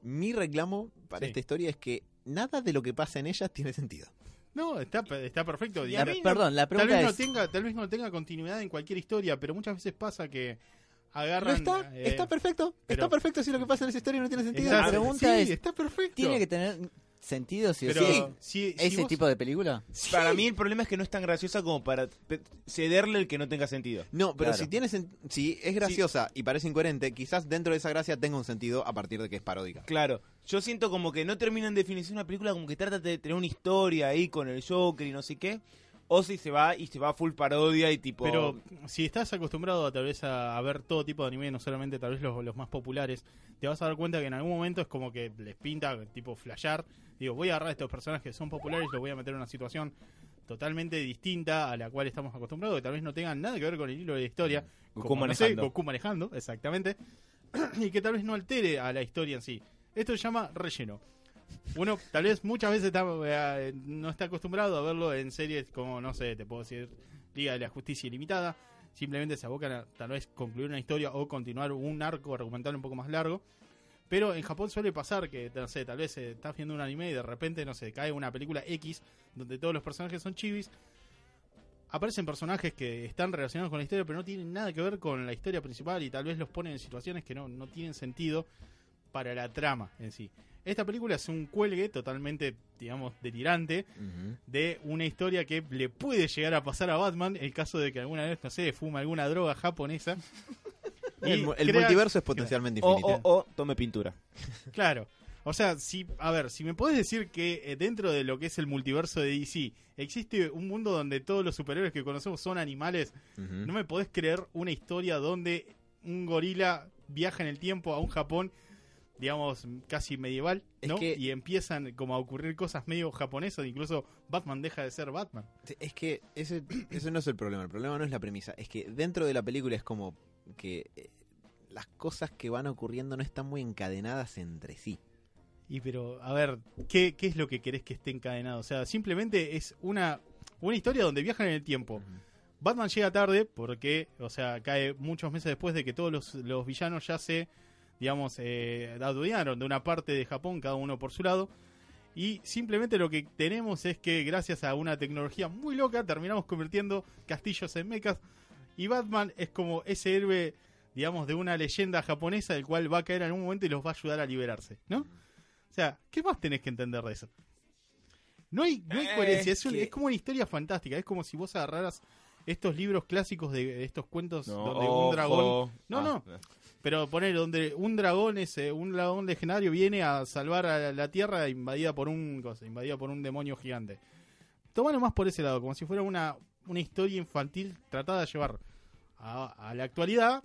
Speaker 4: Mi reclamo para
Speaker 1: Sí.
Speaker 4: esta historia es que nada de lo que pasa en ella tiene sentido.
Speaker 1: No, está, pe- está perfecto. Y
Speaker 3: La-
Speaker 1: a mí no-
Speaker 3: perdón, la
Speaker 1: tal, vez
Speaker 3: pregunta
Speaker 1: no
Speaker 3: es-
Speaker 1: tenga, tal vez no tenga continuidad en cualquier historia, pero muchas veces pasa que
Speaker 4: ¿No
Speaker 1: agarran.
Speaker 4: está?
Speaker 1: eh,
Speaker 4: está perfecto.
Speaker 1: pero-
Speaker 4: está perfecto si lo que pasa en esa historia no tiene sentido.
Speaker 1: exacto.
Speaker 3: La pregunta
Speaker 1: Sí,
Speaker 3: es-
Speaker 1: está perfecto.
Speaker 3: Tiene que tener sentido si
Speaker 1: pero
Speaker 3: sí.
Speaker 1: si- si
Speaker 3: ese
Speaker 1: vos-
Speaker 3: tipo de película.
Speaker 5: Para mí el problema es que no es tan graciosa como para pe- cederle el que no tenga sentido.
Speaker 4: No, pero
Speaker 3: Claro.
Speaker 4: si tiene sen- si es graciosa y parece incoherente, quizás dentro de esa gracia tenga un sentido a partir de que es paródica.
Speaker 5: Claro, yo siento como que no terminan de definir una película como que trata de tener una historia ahí con el Joker y no sé qué. O si se va y se va full parodia y tipo...
Speaker 1: Pero si estás acostumbrado a, tal vez a, a ver todo tipo de anime, no solamente tal vez los, los más populares, te vas a dar cuenta que en algún momento es como que les pinta tipo flashear. Digo, voy a agarrar a estos personajes que son populares y los voy a meter en una situación totalmente distinta a la cual estamos acostumbrados, que tal vez no tengan nada que ver con el hilo de la historia.
Speaker 5: Goku
Speaker 1: como, no sé,
Speaker 5: manejando.
Speaker 1: Goku manejando, exactamente. y que tal vez no altere a la historia en sí. Esto se llama relleno. Uno tal vez muchas veces está, eh, no está acostumbrado a verlo en series como, no sé, te puedo decir, Liga de la Justicia Ilimitada. Simplemente se abocan a tal vez concluir una historia o continuar un arco argumental un poco más largo. Pero en Japón suele pasar que, no sé, tal vez eh, estás viendo un anime y de repente, no sé, cae una película X donde todos los personajes son chivis. Aparecen personajes que están relacionados con la historia, pero no tienen nada que ver con la historia principal y tal vez los ponen en situaciones que no, no tienen sentido para la trama en sí. Esta película es un cuelgue totalmente, digamos, delirante de una historia que le puede llegar a pasar a Batman el caso de que alguna vez, no sé, fuma alguna droga japonesa. Y
Speaker 4: El, mu- el
Speaker 1: crea-
Speaker 4: multiverso es potencialmente
Speaker 5: O,
Speaker 4: infinito.
Speaker 5: o, o "Oh, tome pintura.
Speaker 1: Claro. O sea, si, a ver, si me podés decir que eh, dentro de lo que es el multiverso de DC existe un mundo donde todos los superhéroes que conocemos son animales,
Speaker 4: Ujú.
Speaker 1: no me podés creer una historia donde un gorila viaja en el tiempo a un Japón, digamos, casi medieval,
Speaker 3: Es
Speaker 1: ¿no?
Speaker 3: que-
Speaker 1: Y empiezan como a ocurrir cosas medio japonesas, incluso Batman deja de ser Batman.
Speaker 4: Sí, Es que ese, ese no es el problema, el problema no es la premisa, es que dentro de la película es como que eh, las cosas que van ocurriendo no están muy encadenadas entre sí.
Speaker 1: Y pero, a ver, ¿qué, qué es lo que querés que esté encadenado? O sea, simplemente es una, una historia donde viajan en el tiempo. Batman llega tarde porque, o sea, cae muchos meses después de que todos los, los villanos ya se, digamos, eh, adueñaron de una parte de Japón, cada uno por su lado. Y simplemente lo que tenemos es que gracias a una tecnología muy loca terminamos convirtiendo castillos en mechas. Y Batman es como ese héroe, digamos, de una leyenda japonesa, el cual va a caer en algún momento y los va a ayudar a liberarse, ¿no? O sea, ¿qué más tenés que entender de eso? No hay, no hay
Speaker 5: Eh,
Speaker 1: coherencia, es, un-
Speaker 5: que-
Speaker 1: es como una historia fantástica, es como si vos agarraras estos libros clásicos de, de estos cuentos donde un dragón... No,
Speaker 4: Ah.
Speaker 1: no, pero poner donde un dragón ese, un dragón legendario viene a salvar a la Tierra invadida por un cosa, invadida por un demonio gigante. Tomalo más por ese lado, como si fuera una, una historia infantil tratada de llevar a, a la actualidad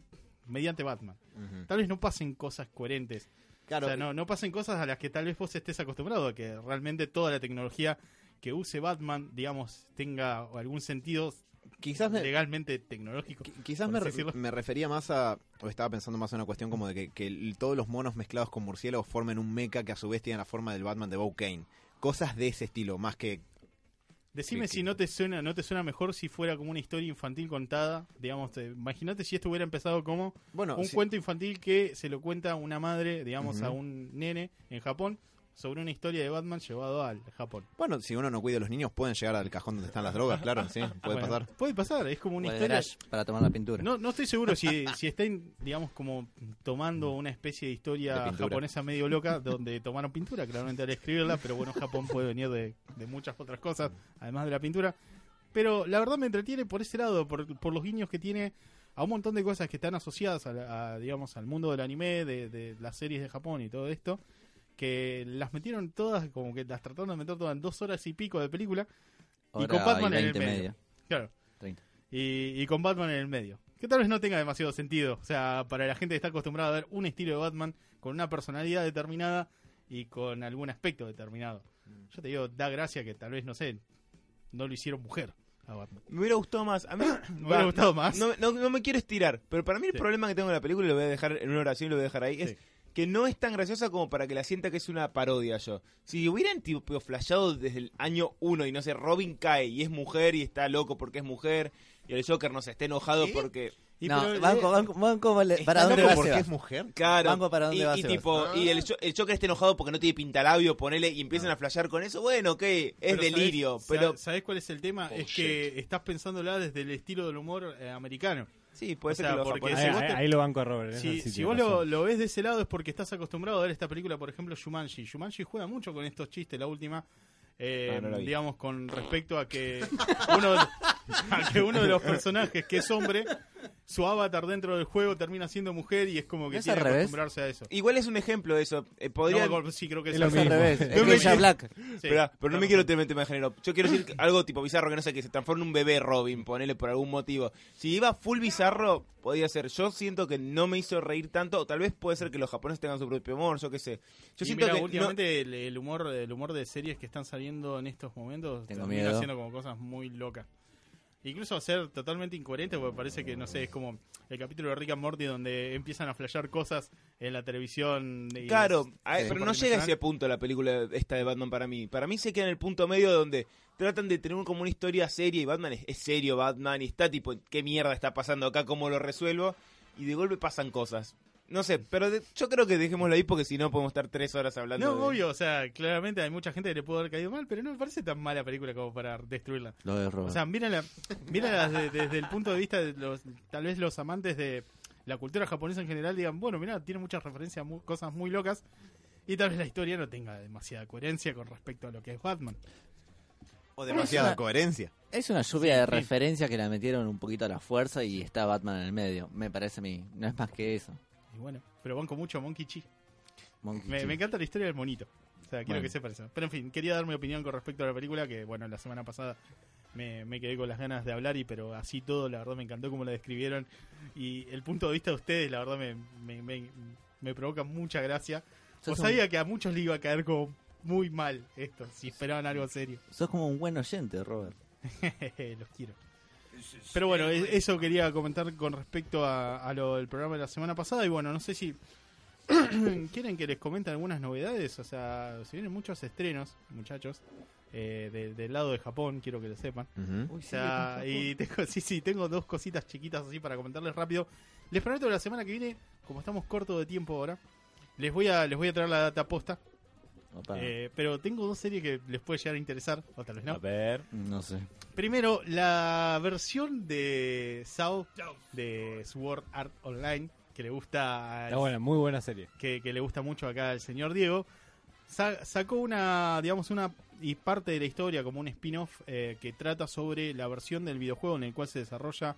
Speaker 1: mediante Batman.
Speaker 4: Ah,
Speaker 1: Tal vez no pasen cosas coherentes.
Speaker 4: Claro,
Speaker 1: o sea, no, no pasen cosas a las que tal vez vos estés acostumbrado, que realmente toda la tecnología que use Batman, digamos, tenga algún sentido
Speaker 4: quizás me,
Speaker 1: legalmente tecnológico.
Speaker 4: qui- quizás
Speaker 1: por
Speaker 4: me,
Speaker 1: así
Speaker 4: re-
Speaker 1: decirlo.
Speaker 4: me refería más a, o estaba pensando más en una cuestión como de que, que el- todos los monos mezclados con murciélagos formen un mecha que a su vez tiene la forma del Batman de Bo Kane. Cosas de ese estilo, más que...
Speaker 1: Decime
Speaker 4: Que- que-
Speaker 1: si no te suena, no te suena mejor si fuera como una historia infantil contada, digamos, te- imagínate si esto hubiera empezado como
Speaker 4: Bueno,
Speaker 1: un
Speaker 4: sí,
Speaker 1: cuento infantil que se lo cuenta una madre, digamos, a
Speaker 4: Ujú.
Speaker 1: un nene en Japón sobre una historia de Batman llevado al Japón.
Speaker 4: bueno, si uno no cuida a los niños pueden llegar al cajón donde están las drogas, claro, sí, puede
Speaker 1: Bueno,
Speaker 4: pasar.
Speaker 1: Puede pasar, es como una
Speaker 3: o el
Speaker 1: historia
Speaker 3: garage para tomar la pintura.
Speaker 1: No, no estoy seguro si, si estén, digamos, como tomando una especie de historia
Speaker 4: De pintura.
Speaker 1: japonesa medio loca donde tomaron pintura, claramente al escribirla, pero bueno, Japón puede venir de, de muchas otras cosas, además de la pintura. Pero la verdad me entretiene por ese lado, por, por los guiños que tiene a un montón de cosas que están asociadas a la- a, digamos, al mundo del anime, de, de las series de Japón y todo esto, que las metieron todas, como que las trataron de meter todas en dos horas y pico de película, y con Batman en el medio. claro.
Speaker 3: Treinta.
Speaker 1: Y, y con Batman en el medio. Que tal vez no tenga demasiado sentido. O sea, para la gente que está acostumbrada a ver un estilo de Batman con una personalidad determinada y con algún aspecto determinado. Yo te digo, da gracia que tal vez, no sé, no lo hicieron mujer a Batman.
Speaker 5: Me hubiera gustado más. A mí
Speaker 1: Me hubiera gustado más.
Speaker 5: No, no- no me quiero estirar, pero para mí el
Speaker 1: Sí.
Speaker 5: problema que tengo en la película, y lo voy a dejar en una oración y lo voy a dejar ahí,
Speaker 1: Sí.
Speaker 5: es que no es tan graciosa como para que la sienta que es una parodia yo. Si hubieran tipo flashado desde el año uno y no sé, Robin cae y es mujer y está loco porque es mujer y el Joker no sé, está enojado porque...
Speaker 1: Y
Speaker 3: no,
Speaker 1: pero- eh,
Speaker 3: banco, banco, banco, vale-
Speaker 4: ¿Está
Speaker 3: ¿para dónde
Speaker 4: loco
Speaker 3: va
Speaker 4: porque
Speaker 3: Seba?
Speaker 4: es mujer?
Speaker 5: Claro.
Speaker 3: Banco, ¿para dónde
Speaker 5: y,
Speaker 3: vas,
Speaker 5: y
Speaker 3: Sebas?
Speaker 5: tipo, y el, Jo- el Joker está enojado porque no tiene pintalabio, ponele, y empiezan a flashear con eso. Bueno, ok, es
Speaker 1: pero ¿sabés-
Speaker 5: delirio,
Speaker 1: sa-
Speaker 5: pero... Oh,
Speaker 1: ¿Sabés cuál es el tema? es que estás pensándola desde el estilo del humor eh, americano.
Speaker 5: Sí, puede
Speaker 1: o
Speaker 5: ser
Speaker 1: sea,
Speaker 5: que lo
Speaker 1: porque
Speaker 5: japoneses-
Speaker 2: ahí,
Speaker 1: si vos
Speaker 2: ahí-
Speaker 1: te-
Speaker 2: ahí lo banco a Robert. en
Speaker 1: ¿eh? Si,
Speaker 2: eso sí
Speaker 1: si
Speaker 2: tiene
Speaker 1: vos lo,
Speaker 2: razón.
Speaker 1: lo ves de ese lado es porque estás acostumbrado a ver esta película, por ejemplo, Shumanji. Shumanji juega mucho con estos chistes, la última. eh,
Speaker 5: Ah, no la vi.
Speaker 1: digamos, con respecto a que, uno, de- a que uno de los personajes que es hombre, su avatar dentro del juego termina siendo mujer y es como que
Speaker 3: ¿No es
Speaker 1: tiene
Speaker 3: al
Speaker 1: que
Speaker 3: revés?
Speaker 1: acostumbrarse a eso.
Speaker 5: Igual es un ejemplo de eso.
Speaker 1: No
Speaker 5: Eh,
Speaker 1: me
Speaker 5: podría...
Speaker 1: acuerdo, sí, creo que
Speaker 2: Es
Speaker 1: es
Speaker 2: lo
Speaker 1: al
Speaker 3: Es al
Speaker 2: mismo.
Speaker 3: revés, es
Speaker 1: No me-
Speaker 3: Ella Black.
Speaker 1: Sí,
Speaker 5: Esperá, pero no
Speaker 1: claro,
Speaker 5: me quiero meter en tema de género. Yo quiero decir que- algo tipo bizarro que no sé, que se transforme en un bebé Robin, ponele por algún motivo. Si iba full bizarro, podía ser. Yo siento que no me hizo reír tanto, o tal vez puede ser que los japoneses tengan su propio humor, yo qué sé. Yo
Speaker 1: Y
Speaker 5: siento
Speaker 1: mirá,
Speaker 5: que. no-
Speaker 1: últimamente el, el humor el humor de series que están saliendo en estos momentos
Speaker 3: Tengo
Speaker 1: termina
Speaker 3: miedo.
Speaker 1: haciendo como cosas muy locas. Incluso ser totalmente incoherente porque parece que, no sé, es como el capítulo de Rick and Morty donde empiezan a flashear cosas en la televisión. y- eh,
Speaker 5: Claro, a-
Speaker 1: Sí.
Speaker 5: pero no
Speaker 1: Porque
Speaker 5: llega a
Speaker 1: nacional.
Speaker 5: ese punto la película esta de Batman para mí. Para mí se queda en el punto medio donde tratan de tener un- como una historia seria y Batman es, es serio Batman y está tipo, ¿qué mierda está pasando acá? ¿Cómo lo resuelvo? Y de golpe pasan cosas. No sé, pero de- yo creo que dejémoslo ahí porque si no podemos estar tres horas hablando.
Speaker 1: No,
Speaker 5: de-
Speaker 1: obvio, o sea, claramente hay mucha gente que le pudo haber caído mal, pero no me parece tan mala película como para destruirla.
Speaker 3: Lo de Robert.
Speaker 1: O sea, mírala, mírala de- desde el punto de vista de los, tal vez los amantes de la cultura japonesa en general digan, bueno, mira, tiene muchas referencias a mu- cosas muy locas y tal vez la historia no tenga demasiada coherencia con respecto a lo que es Batman.
Speaker 4: O demasiada
Speaker 3: una-
Speaker 4: coherencia.
Speaker 3: es una lluvia de referencias que la metieron un poquito a la fuerza y está Batman en el medio, me parece a mí. No es más que eso.
Speaker 1: Y bueno, pero banco mucho a Monkey Chi.
Speaker 3: Monkey
Speaker 1: Me,
Speaker 3: Chief.
Speaker 1: me encanta la historia del monito. O sea, quiero
Speaker 3: Bueno.
Speaker 1: que sepan eso. Pero en fin, quería dar mi opinión con respecto a la película, que bueno, la semana pasada me, me quedé con las ganas de hablar, y pero así todo, la verdad me encantó como la describieron. Y el punto de vista de ustedes, la verdad, me, me, me- me provoca mucha gracia. O
Speaker 3: Sos un-
Speaker 1: sabía que a muchos le iba a caer como muy mal esto, si esperaban algo serio.
Speaker 3: Sos como un buen oyente, Robert.
Speaker 1: Los quiero. Pero bueno, e- eso quería comentar con respecto a, a lo del programa de la semana pasada. Y bueno, no sé si quieren que les comenten algunas novedades. O sea, se vienen muchos estrenos, muchachos, eh, de- del lado de Japón, quiero que lo sepan.
Speaker 3: Uy, sí,
Speaker 1: O sea, y tengo, sí, sí, tengo dos cositas chiquitas así para comentarles rápido. Les prometo que la semana que viene, como estamos cortos de tiempo ahora, les voy a, les voy a traer la data posta.
Speaker 3: Opa,
Speaker 1: Eh, pero tengo dos series que les puede llegar a interesar, o tal vez no.
Speaker 2: ver.
Speaker 3: no sé.
Speaker 1: Primero, la versión de Sao de Sword Art Online que le gusta
Speaker 2: Está buena, muy buena serie.
Speaker 1: que, que le gusta mucho acá al señor Diego sa- sacó una digamos una y parte de la historia como un spin-off eh, que trata sobre la versión del videojuego en el cual se desarrolla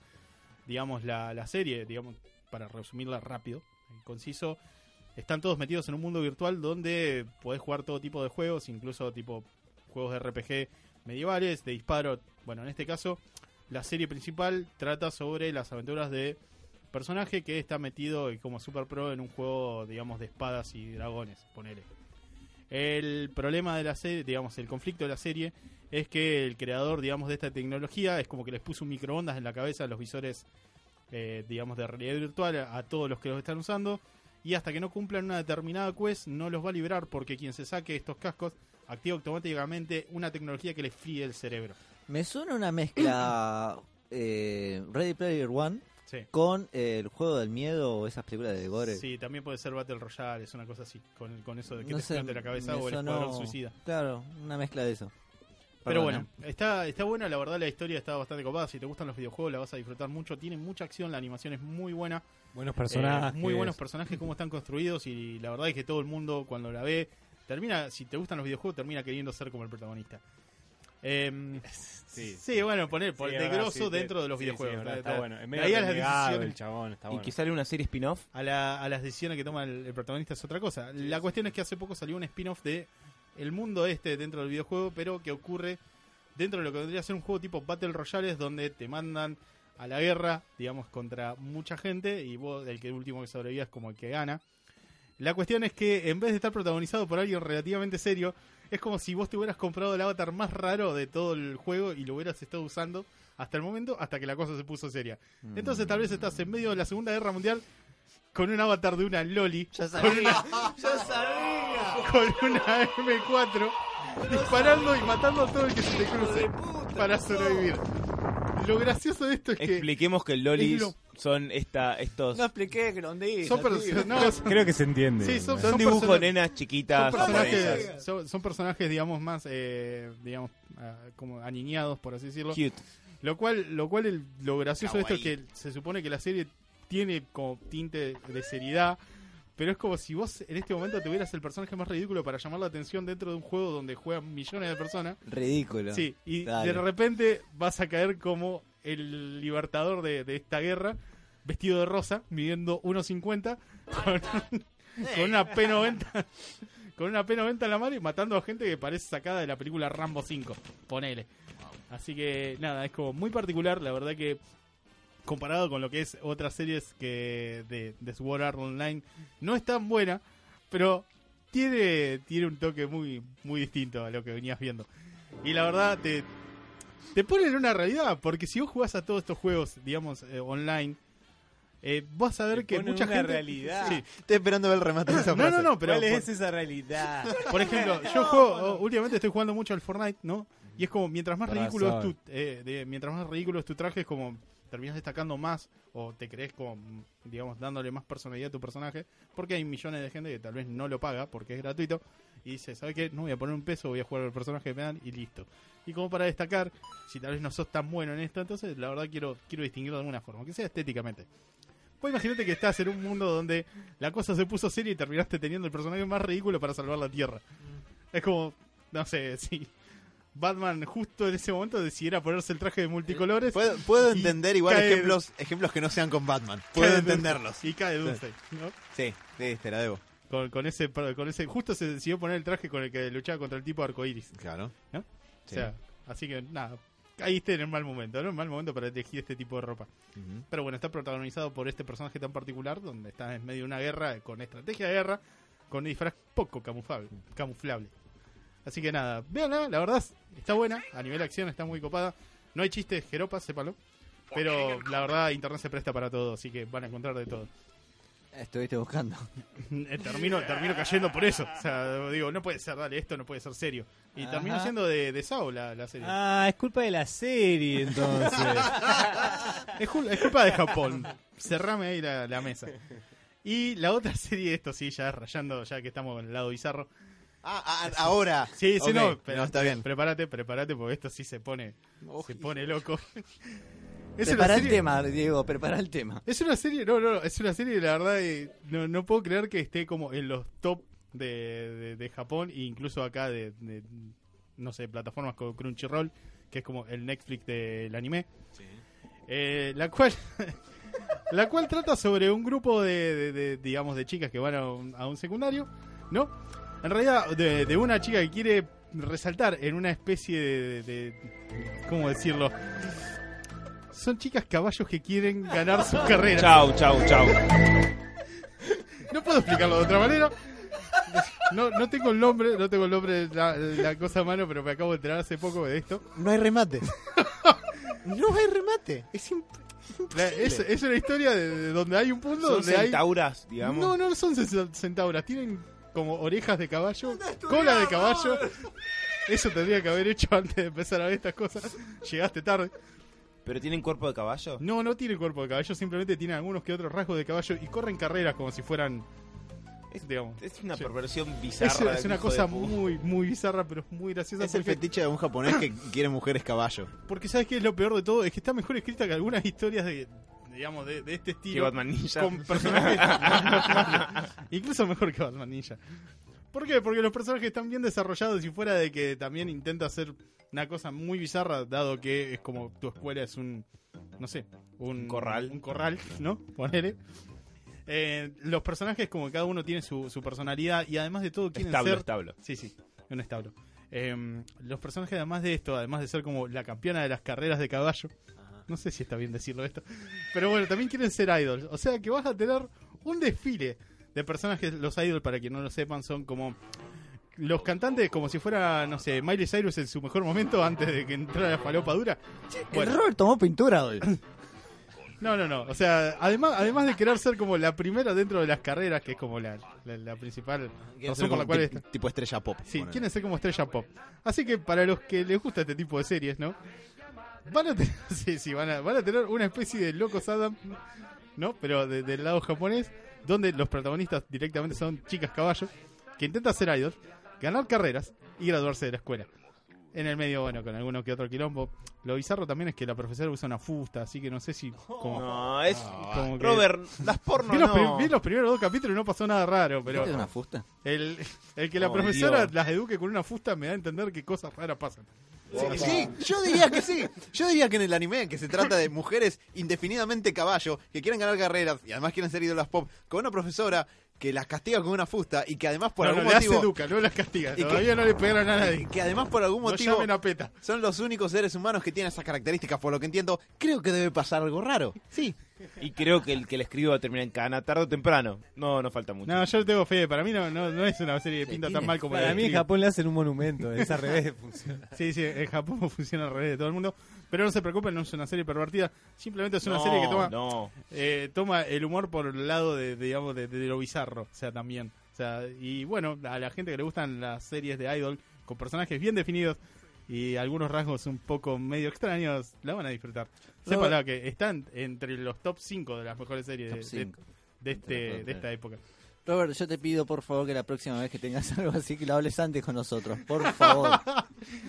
Speaker 1: digamos la, la serie digamos para resumirla rápido y conciso están todos metidos en un mundo virtual donde podés jugar todo tipo de juegos incluso tipo juegos de RPG medievales de disparo bueno en este caso la serie principal trata sobre las aventuras de personaje que está metido eh, como super pro en un juego, digamos, de espadas y dragones, ponele. El problema de la serie, digamos, el conflicto de la serie es que el creador, digamos, de esta tecnología es como que les puso un microondas en la cabeza a los visores, eh, digamos, de realidad virtual a a todos los que los están usando y hasta que no cumplan una determinada quest no los va a librar porque quien se saque estos cascos activa automáticamente una tecnología que les fríe el cerebro.
Speaker 3: Me suena una mezcla eh, Ready Player One
Speaker 1: Sí.
Speaker 3: con eh, el juego del miedo o esas películas de Gore.
Speaker 1: Sí, también puede ser Battle Royale, es una cosa así, con, con eso de que
Speaker 3: No
Speaker 1: te
Speaker 3: sé,
Speaker 1: explote la cabeza
Speaker 3: me
Speaker 1: o el
Speaker 3: sonó-
Speaker 1: escuadrón suicida.
Speaker 3: Claro, una mezcla de eso. ¿eh?
Speaker 1: Pero
Speaker 3: Perdona.
Speaker 1: bueno, está, está buena, la verdad la historia está bastante copada, si te gustan los videojuegos la vas a disfrutar mucho, tiene mucha acción, la animación es muy buena,
Speaker 2: Eh, Buenos
Speaker 1: personajes
Speaker 2: personajes.
Speaker 1: muy buenos personajes, cómo están construidos y la verdad es que todo el mundo cuando la ve, termina, si te gustan los videojuegos, termina queriendo ser como el protagonista. Em,
Speaker 2: Sí.
Speaker 1: sí, bueno, poner,
Speaker 2: Sí,
Speaker 1: poner
Speaker 2: es verdad,
Speaker 1: grosso
Speaker 2: sí,
Speaker 1: dentro
Speaker 2: sí,
Speaker 1: de los
Speaker 2: sí,
Speaker 1: videojuegos.
Speaker 2: sí, es verdad,
Speaker 1: Está-
Speaker 2: está
Speaker 1: está-
Speaker 2: bueno. Es medio
Speaker 1: ahí a las
Speaker 2: renegado el
Speaker 1: decisiones-
Speaker 2: chabón, está
Speaker 5: Y
Speaker 2: bueno.
Speaker 5: que sale una serie spin-off.
Speaker 1: a, la- a las decisiones que toma el, el protagonista es otra cosa. La cuestión es que hace poco salió un spin-off de el mundo este dentro del videojuego, pero que ocurre dentro de lo que podría ser un juego tipo Battle Royales, donde te mandan a la guerra, digamos, contra mucha gente, y vos, el que último que sobrevive es como el que gana. La cuestión es que en vez de estar protagonizado por alguien relativamente serio, es como si vos te hubieras comprado el avatar más raro de todo el juego y lo hubieras estado usando hasta el momento, hasta que la cosa se puso seria. Entonces tal vez estás en medio de la Segunda Guerra Mundial con un avatar de una Loli,
Speaker 3: Ya sabía. ya sabía.
Speaker 1: con una M4, disparando y matando a todo el que se te cruce para sobrevivir. Lo gracioso de esto es que...
Speaker 5: Expliquemos que el Lolis
Speaker 1: es lo-
Speaker 5: son esta, estos.
Speaker 3: No expliqué que lo andé.
Speaker 1: Son, perso- no, son-
Speaker 2: Creo que se entiende.
Speaker 1: Sí, son-
Speaker 5: son dibujos
Speaker 1: personas-
Speaker 5: nenas
Speaker 1: son
Speaker 5: chiquitas. japonesas.
Speaker 1: personajes, son, son personajes, digamos, más, eh, digamos, ah, como aniñados, por así decirlo.
Speaker 5: Cute.
Speaker 1: Lo cual, lo cual el- lo gracioso de esto es que se supone que la serie tiene como tinte de seriedad, pero es como si vos en este momento tuvieras el personaje más ridículo para llamar la atención dentro de un juego donde juegan millones de personas.
Speaker 3: Ridículo.
Speaker 1: Sí, y
Speaker 3: Dale.
Speaker 1: de repente vas a caer como el libertador de, de esta guerra, vestido de rosa, midiendo 1.50, con, con una P90. Con una P90 en la mano y matando a gente que parece sacada de la película Rambo 5. Ponele. Así que nada, es como muy particular, la verdad que comparado con lo que es otras series que de, de Sword Art Online, no es tan buena, pero tiene, tiene un toque muy, muy distinto a lo que venías viendo. Y la verdad te, te pone en una realidad, porque si vos jugás a todos estos juegos, digamos, eh, online, eh, vas a ver
Speaker 2: Te
Speaker 1: que
Speaker 2: pone
Speaker 1: mucha
Speaker 2: una
Speaker 1: gente...
Speaker 2: realidad.
Speaker 1: Sí.
Speaker 4: Estoy esperando ver el remate de esa
Speaker 1: No,
Speaker 4: frase.
Speaker 1: no, no, pero...
Speaker 2: ¿Cuál
Speaker 1: por-
Speaker 2: es esa realidad?
Speaker 1: por ejemplo, yo juego, últimamente estoy jugando mucho al Fortnite, ¿no? Y es como, mientras más
Speaker 2: Razón.
Speaker 1: ridículo es tu, eh, de- mientras más ridículo es tu traje, es como terminas destacando más o te crees como, digamos, dándole más personalidad a tu personaje, porque hay millones de gente que tal vez no lo paga porque es gratuito y dice, ¿sabes qué? No voy a poner un peso, voy a jugar al personaje que me dan y listo. Y como para destacar, si tal vez no sos tan bueno en esto, entonces la verdad quiero, quiero distinguirlo de alguna forma, que sea estéticamente. Pues imagínate que estás en un mundo donde la cosa se puso seria y terminaste teniendo el personaje más ridículo para salvar la Tierra. Es como, no sé, si Batman justo en ese momento decidiera ponerse el traje de multicolores
Speaker 4: Puedo, puedo
Speaker 1: Y
Speaker 4: entender igual
Speaker 1: cae-
Speaker 4: ejemplos, ejemplos que no sean con Batman. Puedo
Speaker 1: Cae
Speaker 4: entenderlos.
Speaker 1: y cae Doomsday, ¿no?
Speaker 4: Sí, sí, te la debo.
Speaker 1: Con, con ese, con ese, justo se decidió poner el traje con el que luchaba contra el tipo arcoiris.
Speaker 4: Claro.
Speaker 1: O sea, así que nada, caíste en el mal momento, ¿no? En mal momento para elegir este tipo de ropa.
Speaker 4: Ujú.
Speaker 1: Pero bueno, está protagonizado por este personaje tan particular, donde está en medio de una guerra, eh, con estrategia de guerra, con un disfraz poco camuflable. camuflable. Así que nada, véanla, la verdad está buena, a nivel acción está muy copada. No hay chistes jeropas, sépalo. Pero la verdad, internet se presta para todo, así que van a encontrar de todo.
Speaker 3: Estuviste buscando.
Speaker 1: Eh, Termino, termino cayendo por eso. O sea, digo, no puede ser, dale, esto no puede ser serio. Y termino
Speaker 3: Ajá.
Speaker 1: siendo de, de Sao la, la serie.
Speaker 2: Ah, es culpa de la serie entonces.
Speaker 1: Es, cul- es culpa de Japón. Cerrame ahí la, la mesa. Y la otra serie, esto sí, ya rayando, ya que estamos en el lado bizarro.
Speaker 4: Ah, ah, ahora.
Speaker 1: Sí, sí,
Speaker 4: Ok,
Speaker 1: no, pero
Speaker 4: está bien.
Speaker 1: prepárate, prepárate, porque esto sí se pone, se pone loco. Es una
Speaker 3: Prepara el
Speaker 1: serie,
Speaker 3: tema, Diego, prepara el tema.
Speaker 1: es una serie, no, no, no, es una serie, la verdad, eh, no, no puedo creer que esté como en los top de, de- de Japón e incluso acá de, de, no sé, plataformas como Crunchyroll, que es como el Netflix del anime. Eh, la cual la cual trata sobre un grupo de, de- de, digamos de chicas que van a un, a un secundario no en realidad de, de una chica que quiere resaltar en una especie de, de- de- cómo decirlo son chicas caballos que quieren ganar sus carreras
Speaker 5: Chau, chau, chau.
Speaker 1: no puedo explicarlo de otra manera no, no tengo el nombre, no tengo el nombre de la, de la cosa a mano, pero me acabo de enterar hace poco de esto.
Speaker 4: No hay remate. no hay remate. Es imp-
Speaker 1: La- es, es una historia de, de donde hay un punto
Speaker 5: Son
Speaker 1: donde hay
Speaker 5: centauras, digamos.
Speaker 1: No, no son cen- centauras, tienen como orejas de caballo, cola de caballo. Eso tendría que haber hecho antes de empezar a ver estas cosas. Llegaste tarde.
Speaker 5: Pero tienen cuerpo de caballo.
Speaker 1: No, no tienen cuerpo de caballo, simplemente tienen algunos que otros rasgos de caballo y corren carreras como si fueran. digamos.
Speaker 5: Es una
Speaker 1: Sí.
Speaker 5: perversión bizarra.
Speaker 1: Es,
Speaker 5: de
Speaker 1: es una
Speaker 5: hijo de
Speaker 1: cosa
Speaker 5: pu-
Speaker 1: muy, muy bizarra, pero es muy graciosa.
Speaker 4: Es el
Speaker 1: porque-
Speaker 4: fetiche de un japonés que quiere mujeres caballo.
Speaker 1: Porque, ¿sabes qué es lo peor de todo? Es que está mejor escrita que algunas historias de, digamos, de, de este
Speaker 5: Que
Speaker 1: estilo.
Speaker 5: Batman Ninja.
Speaker 1: con personajes. incluso mejor que Batman Ninja. ¿Por qué? Porque los personajes están bien desarrollados y fuera de que también intenta hacer una cosa muy bizarra, dado que es como tu escuela es un, no sé, un,
Speaker 5: corral.
Speaker 1: Un corral, ¿no? Ponele. Eh, los personajes como que cada uno tiene su, su personalidad y además de todo quieren
Speaker 5: Establo,
Speaker 1: ser...
Speaker 5: establo.
Speaker 1: Sí, sí, un establo. Eh, los personajes además de esto, además de ser como la campeona de las carreras de caballo, no sé si está bien decirlo esto, pero bueno, también quieren ser idols. O sea que vas a tener un desfile de personajes. Los idols, para quien no lo sepan, son como los cantantes, como si fuera, no sé, Miley Cyrus en su mejor momento antes de que entrara la falopa dura. Bueno.
Speaker 3: El Robert tomó pintura hoy.
Speaker 1: No, no, no. O sea, además, además de querer ser como la primera dentro de las carreras, que es como la, la, la principal razón por la cual está.
Speaker 4: Tipo estrella pop.
Speaker 1: Sí,
Speaker 4: ponele.
Speaker 1: quieren ser como estrella pop. Así que para los que les gusta este tipo de series, ¿no? Van a tener, sí, sí, van a, van a tener una especie de locos Adam, ¿no? Pero de- del lado japonés, donde los protagonistas directamente son chicas caballo, que intentan ser idols, ganar carreras y graduarse de la escuela. En el medio, bueno, con alguno que otro quilombo. Lo bizarro también es que la profesora usa una fusta, así que no sé si... Como,
Speaker 5: No, es.
Speaker 1: Ah, como que-
Speaker 5: Robert, las porno
Speaker 1: vi, los,
Speaker 5: no.
Speaker 1: pri- vi los primeros dos capítulos y no pasó nada raro, pero
Speaker 3: ¿Viste una fusta?
Speaker 1: el, el que la
Speaker 5: Oh,
Speaker 1: profesora
Speaker 5: Dios.
Speaker 1: las eduque con una fusta me da a entender que cosas raras pasan.
Speaker 4: Sí, sí, yo diría que sí. Yo diría que en el anime, que se trata de mujeres indefinidamente caballo, que quieren ganar carreras y además quieren ser ídolas pop, con una profesora que las castiga con una fusta y que además por
Speaker 1: No, no,
Speaker 4: algún
Speaker 1: le hace
Speaker 4: motivo.
Speaker 1: educa, no las castiga.
Speaker 4: ¿Y qué?
Speaker 1: Todavía no le pegaron a
Speaker 4: y
Speaker 1: nadie.
Speaker 4: que además por algún
Speaker 1: No
Speaker 4: motivo
Speaker 1: llamen a PETA.
Speaker 4: son los únicos seres humanos que tienen esas características, por lo que entiendo, creo que debe pasar algo raro. Sí.
Speaker 5: Y creo que el que le escribo va a terminar en cana tarde o temprano. No, no falta mucho.
Speaker 1: No, yo le tengo fe. Para mí no, no, no es una serie que pinta tan
Speaker 3: tiene-
Speaker 1: mal como la
Speaker 2: Para
Speaker 1: de
Speaker 2: mí en
Speaker 1: Trigo.
Speaker 2: Japón le hacen un monumento, es al revés funciona.
Speaker 1: Sí, sí, en Japón funciona al revés de todo el mundo. Pero no se preocupen, no es una serie pervertida. Simplemente es una
Speaker 5: No,
Speaker 1: serie que toma,
Speaker 5: No.
Speaker 1: eh, toma el humor por el lado de, de, digamos, de, de lo bizarro. O sea, también. O sea, y bueno, a la gente que le gustan las series de Idol con personajes bien definidos y algunos rasgos un poco medio extraños, la van a disfrutar.
Speaker 3: Lo-
Speaker 1: Sépala que están entre los top 5 de las mejores series
Speaker 3: Top
Speaker 1: de- de,
Speaker 3: cinco.
Speaker 1: de, este,
Speaker 3: Entre
Speaker 1: de
Speaker 3: los
Speaker 1: esta época.
Speaker 3: Robert, yo te pido por favor que la próxima vez que tengas algo así que lo hables antes con nosotros, por favor.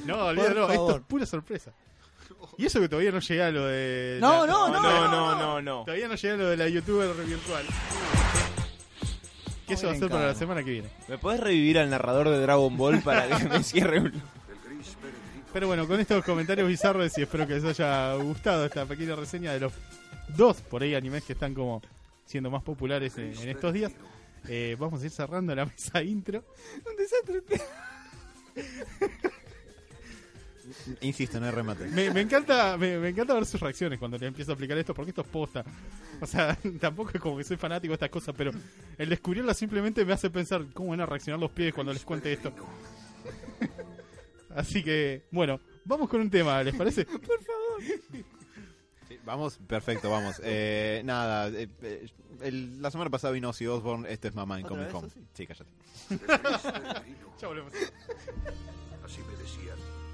Speaker 1: No, olvídalo,
Speaker 3: favor.
Speaker 1: esto es pura sorpresa. Y eso que todavía no llega a lo de.
Speaker 3: No,
Speaker 1: la-
Speaker 3: no,
Speaker 5: No, no, no, no.
Speaker 1: Todavía no llega a lo de la youtuber virtual. Que eso va a
Speaker 3: Ay,
Speaker 1: ser para la
Speaker 3: cara.
Speaker 1: semana que viene.
Speaker 5: ¿Me podés revivir al narrador de Dragon Ball para que me cierre un.
Speaker 7: El gris peregrino.
Speaker 1: Pero bueno, con estos comentarios bizarros y espero que les haya gustado esta pequeña reseña de los dos por ahí animes que están como siendo más populares en, en estos días. Eh, vamos a ir cerrando la mesa intro.
Speaker 4: Insisto, no hay remate.
Speaker 1: Me, me encanta me, me encanta ver sus reacciones cuando le empiezo a aplicar esto, porque esto es posta. O sea, tampoco es como que soy fanático de estas cosas, pero el descubrirla simplemente me hace pensar cómo van a reaccionar los pies cuando les cuente esto. Así que, bueno, vamos con un tema, ¿les parece?
Speaker 4: Sí, Vamos, perfecto, vamos. Eh, nada, eh, eh, el- la semana pasada vino Ozzy Osbourne, esto es Mamá en
Speaker 3: ¿Otra
Speaker 4: Comic
Speaker 3: vez
Speaker 4: Con.
Speaker 3: Ozzy?
Speaker 4: Sí, cállate.
Speaker 7: El gris peregrino.
Speaker 1: Ya volvemos.
Speaker 7: Así me decían.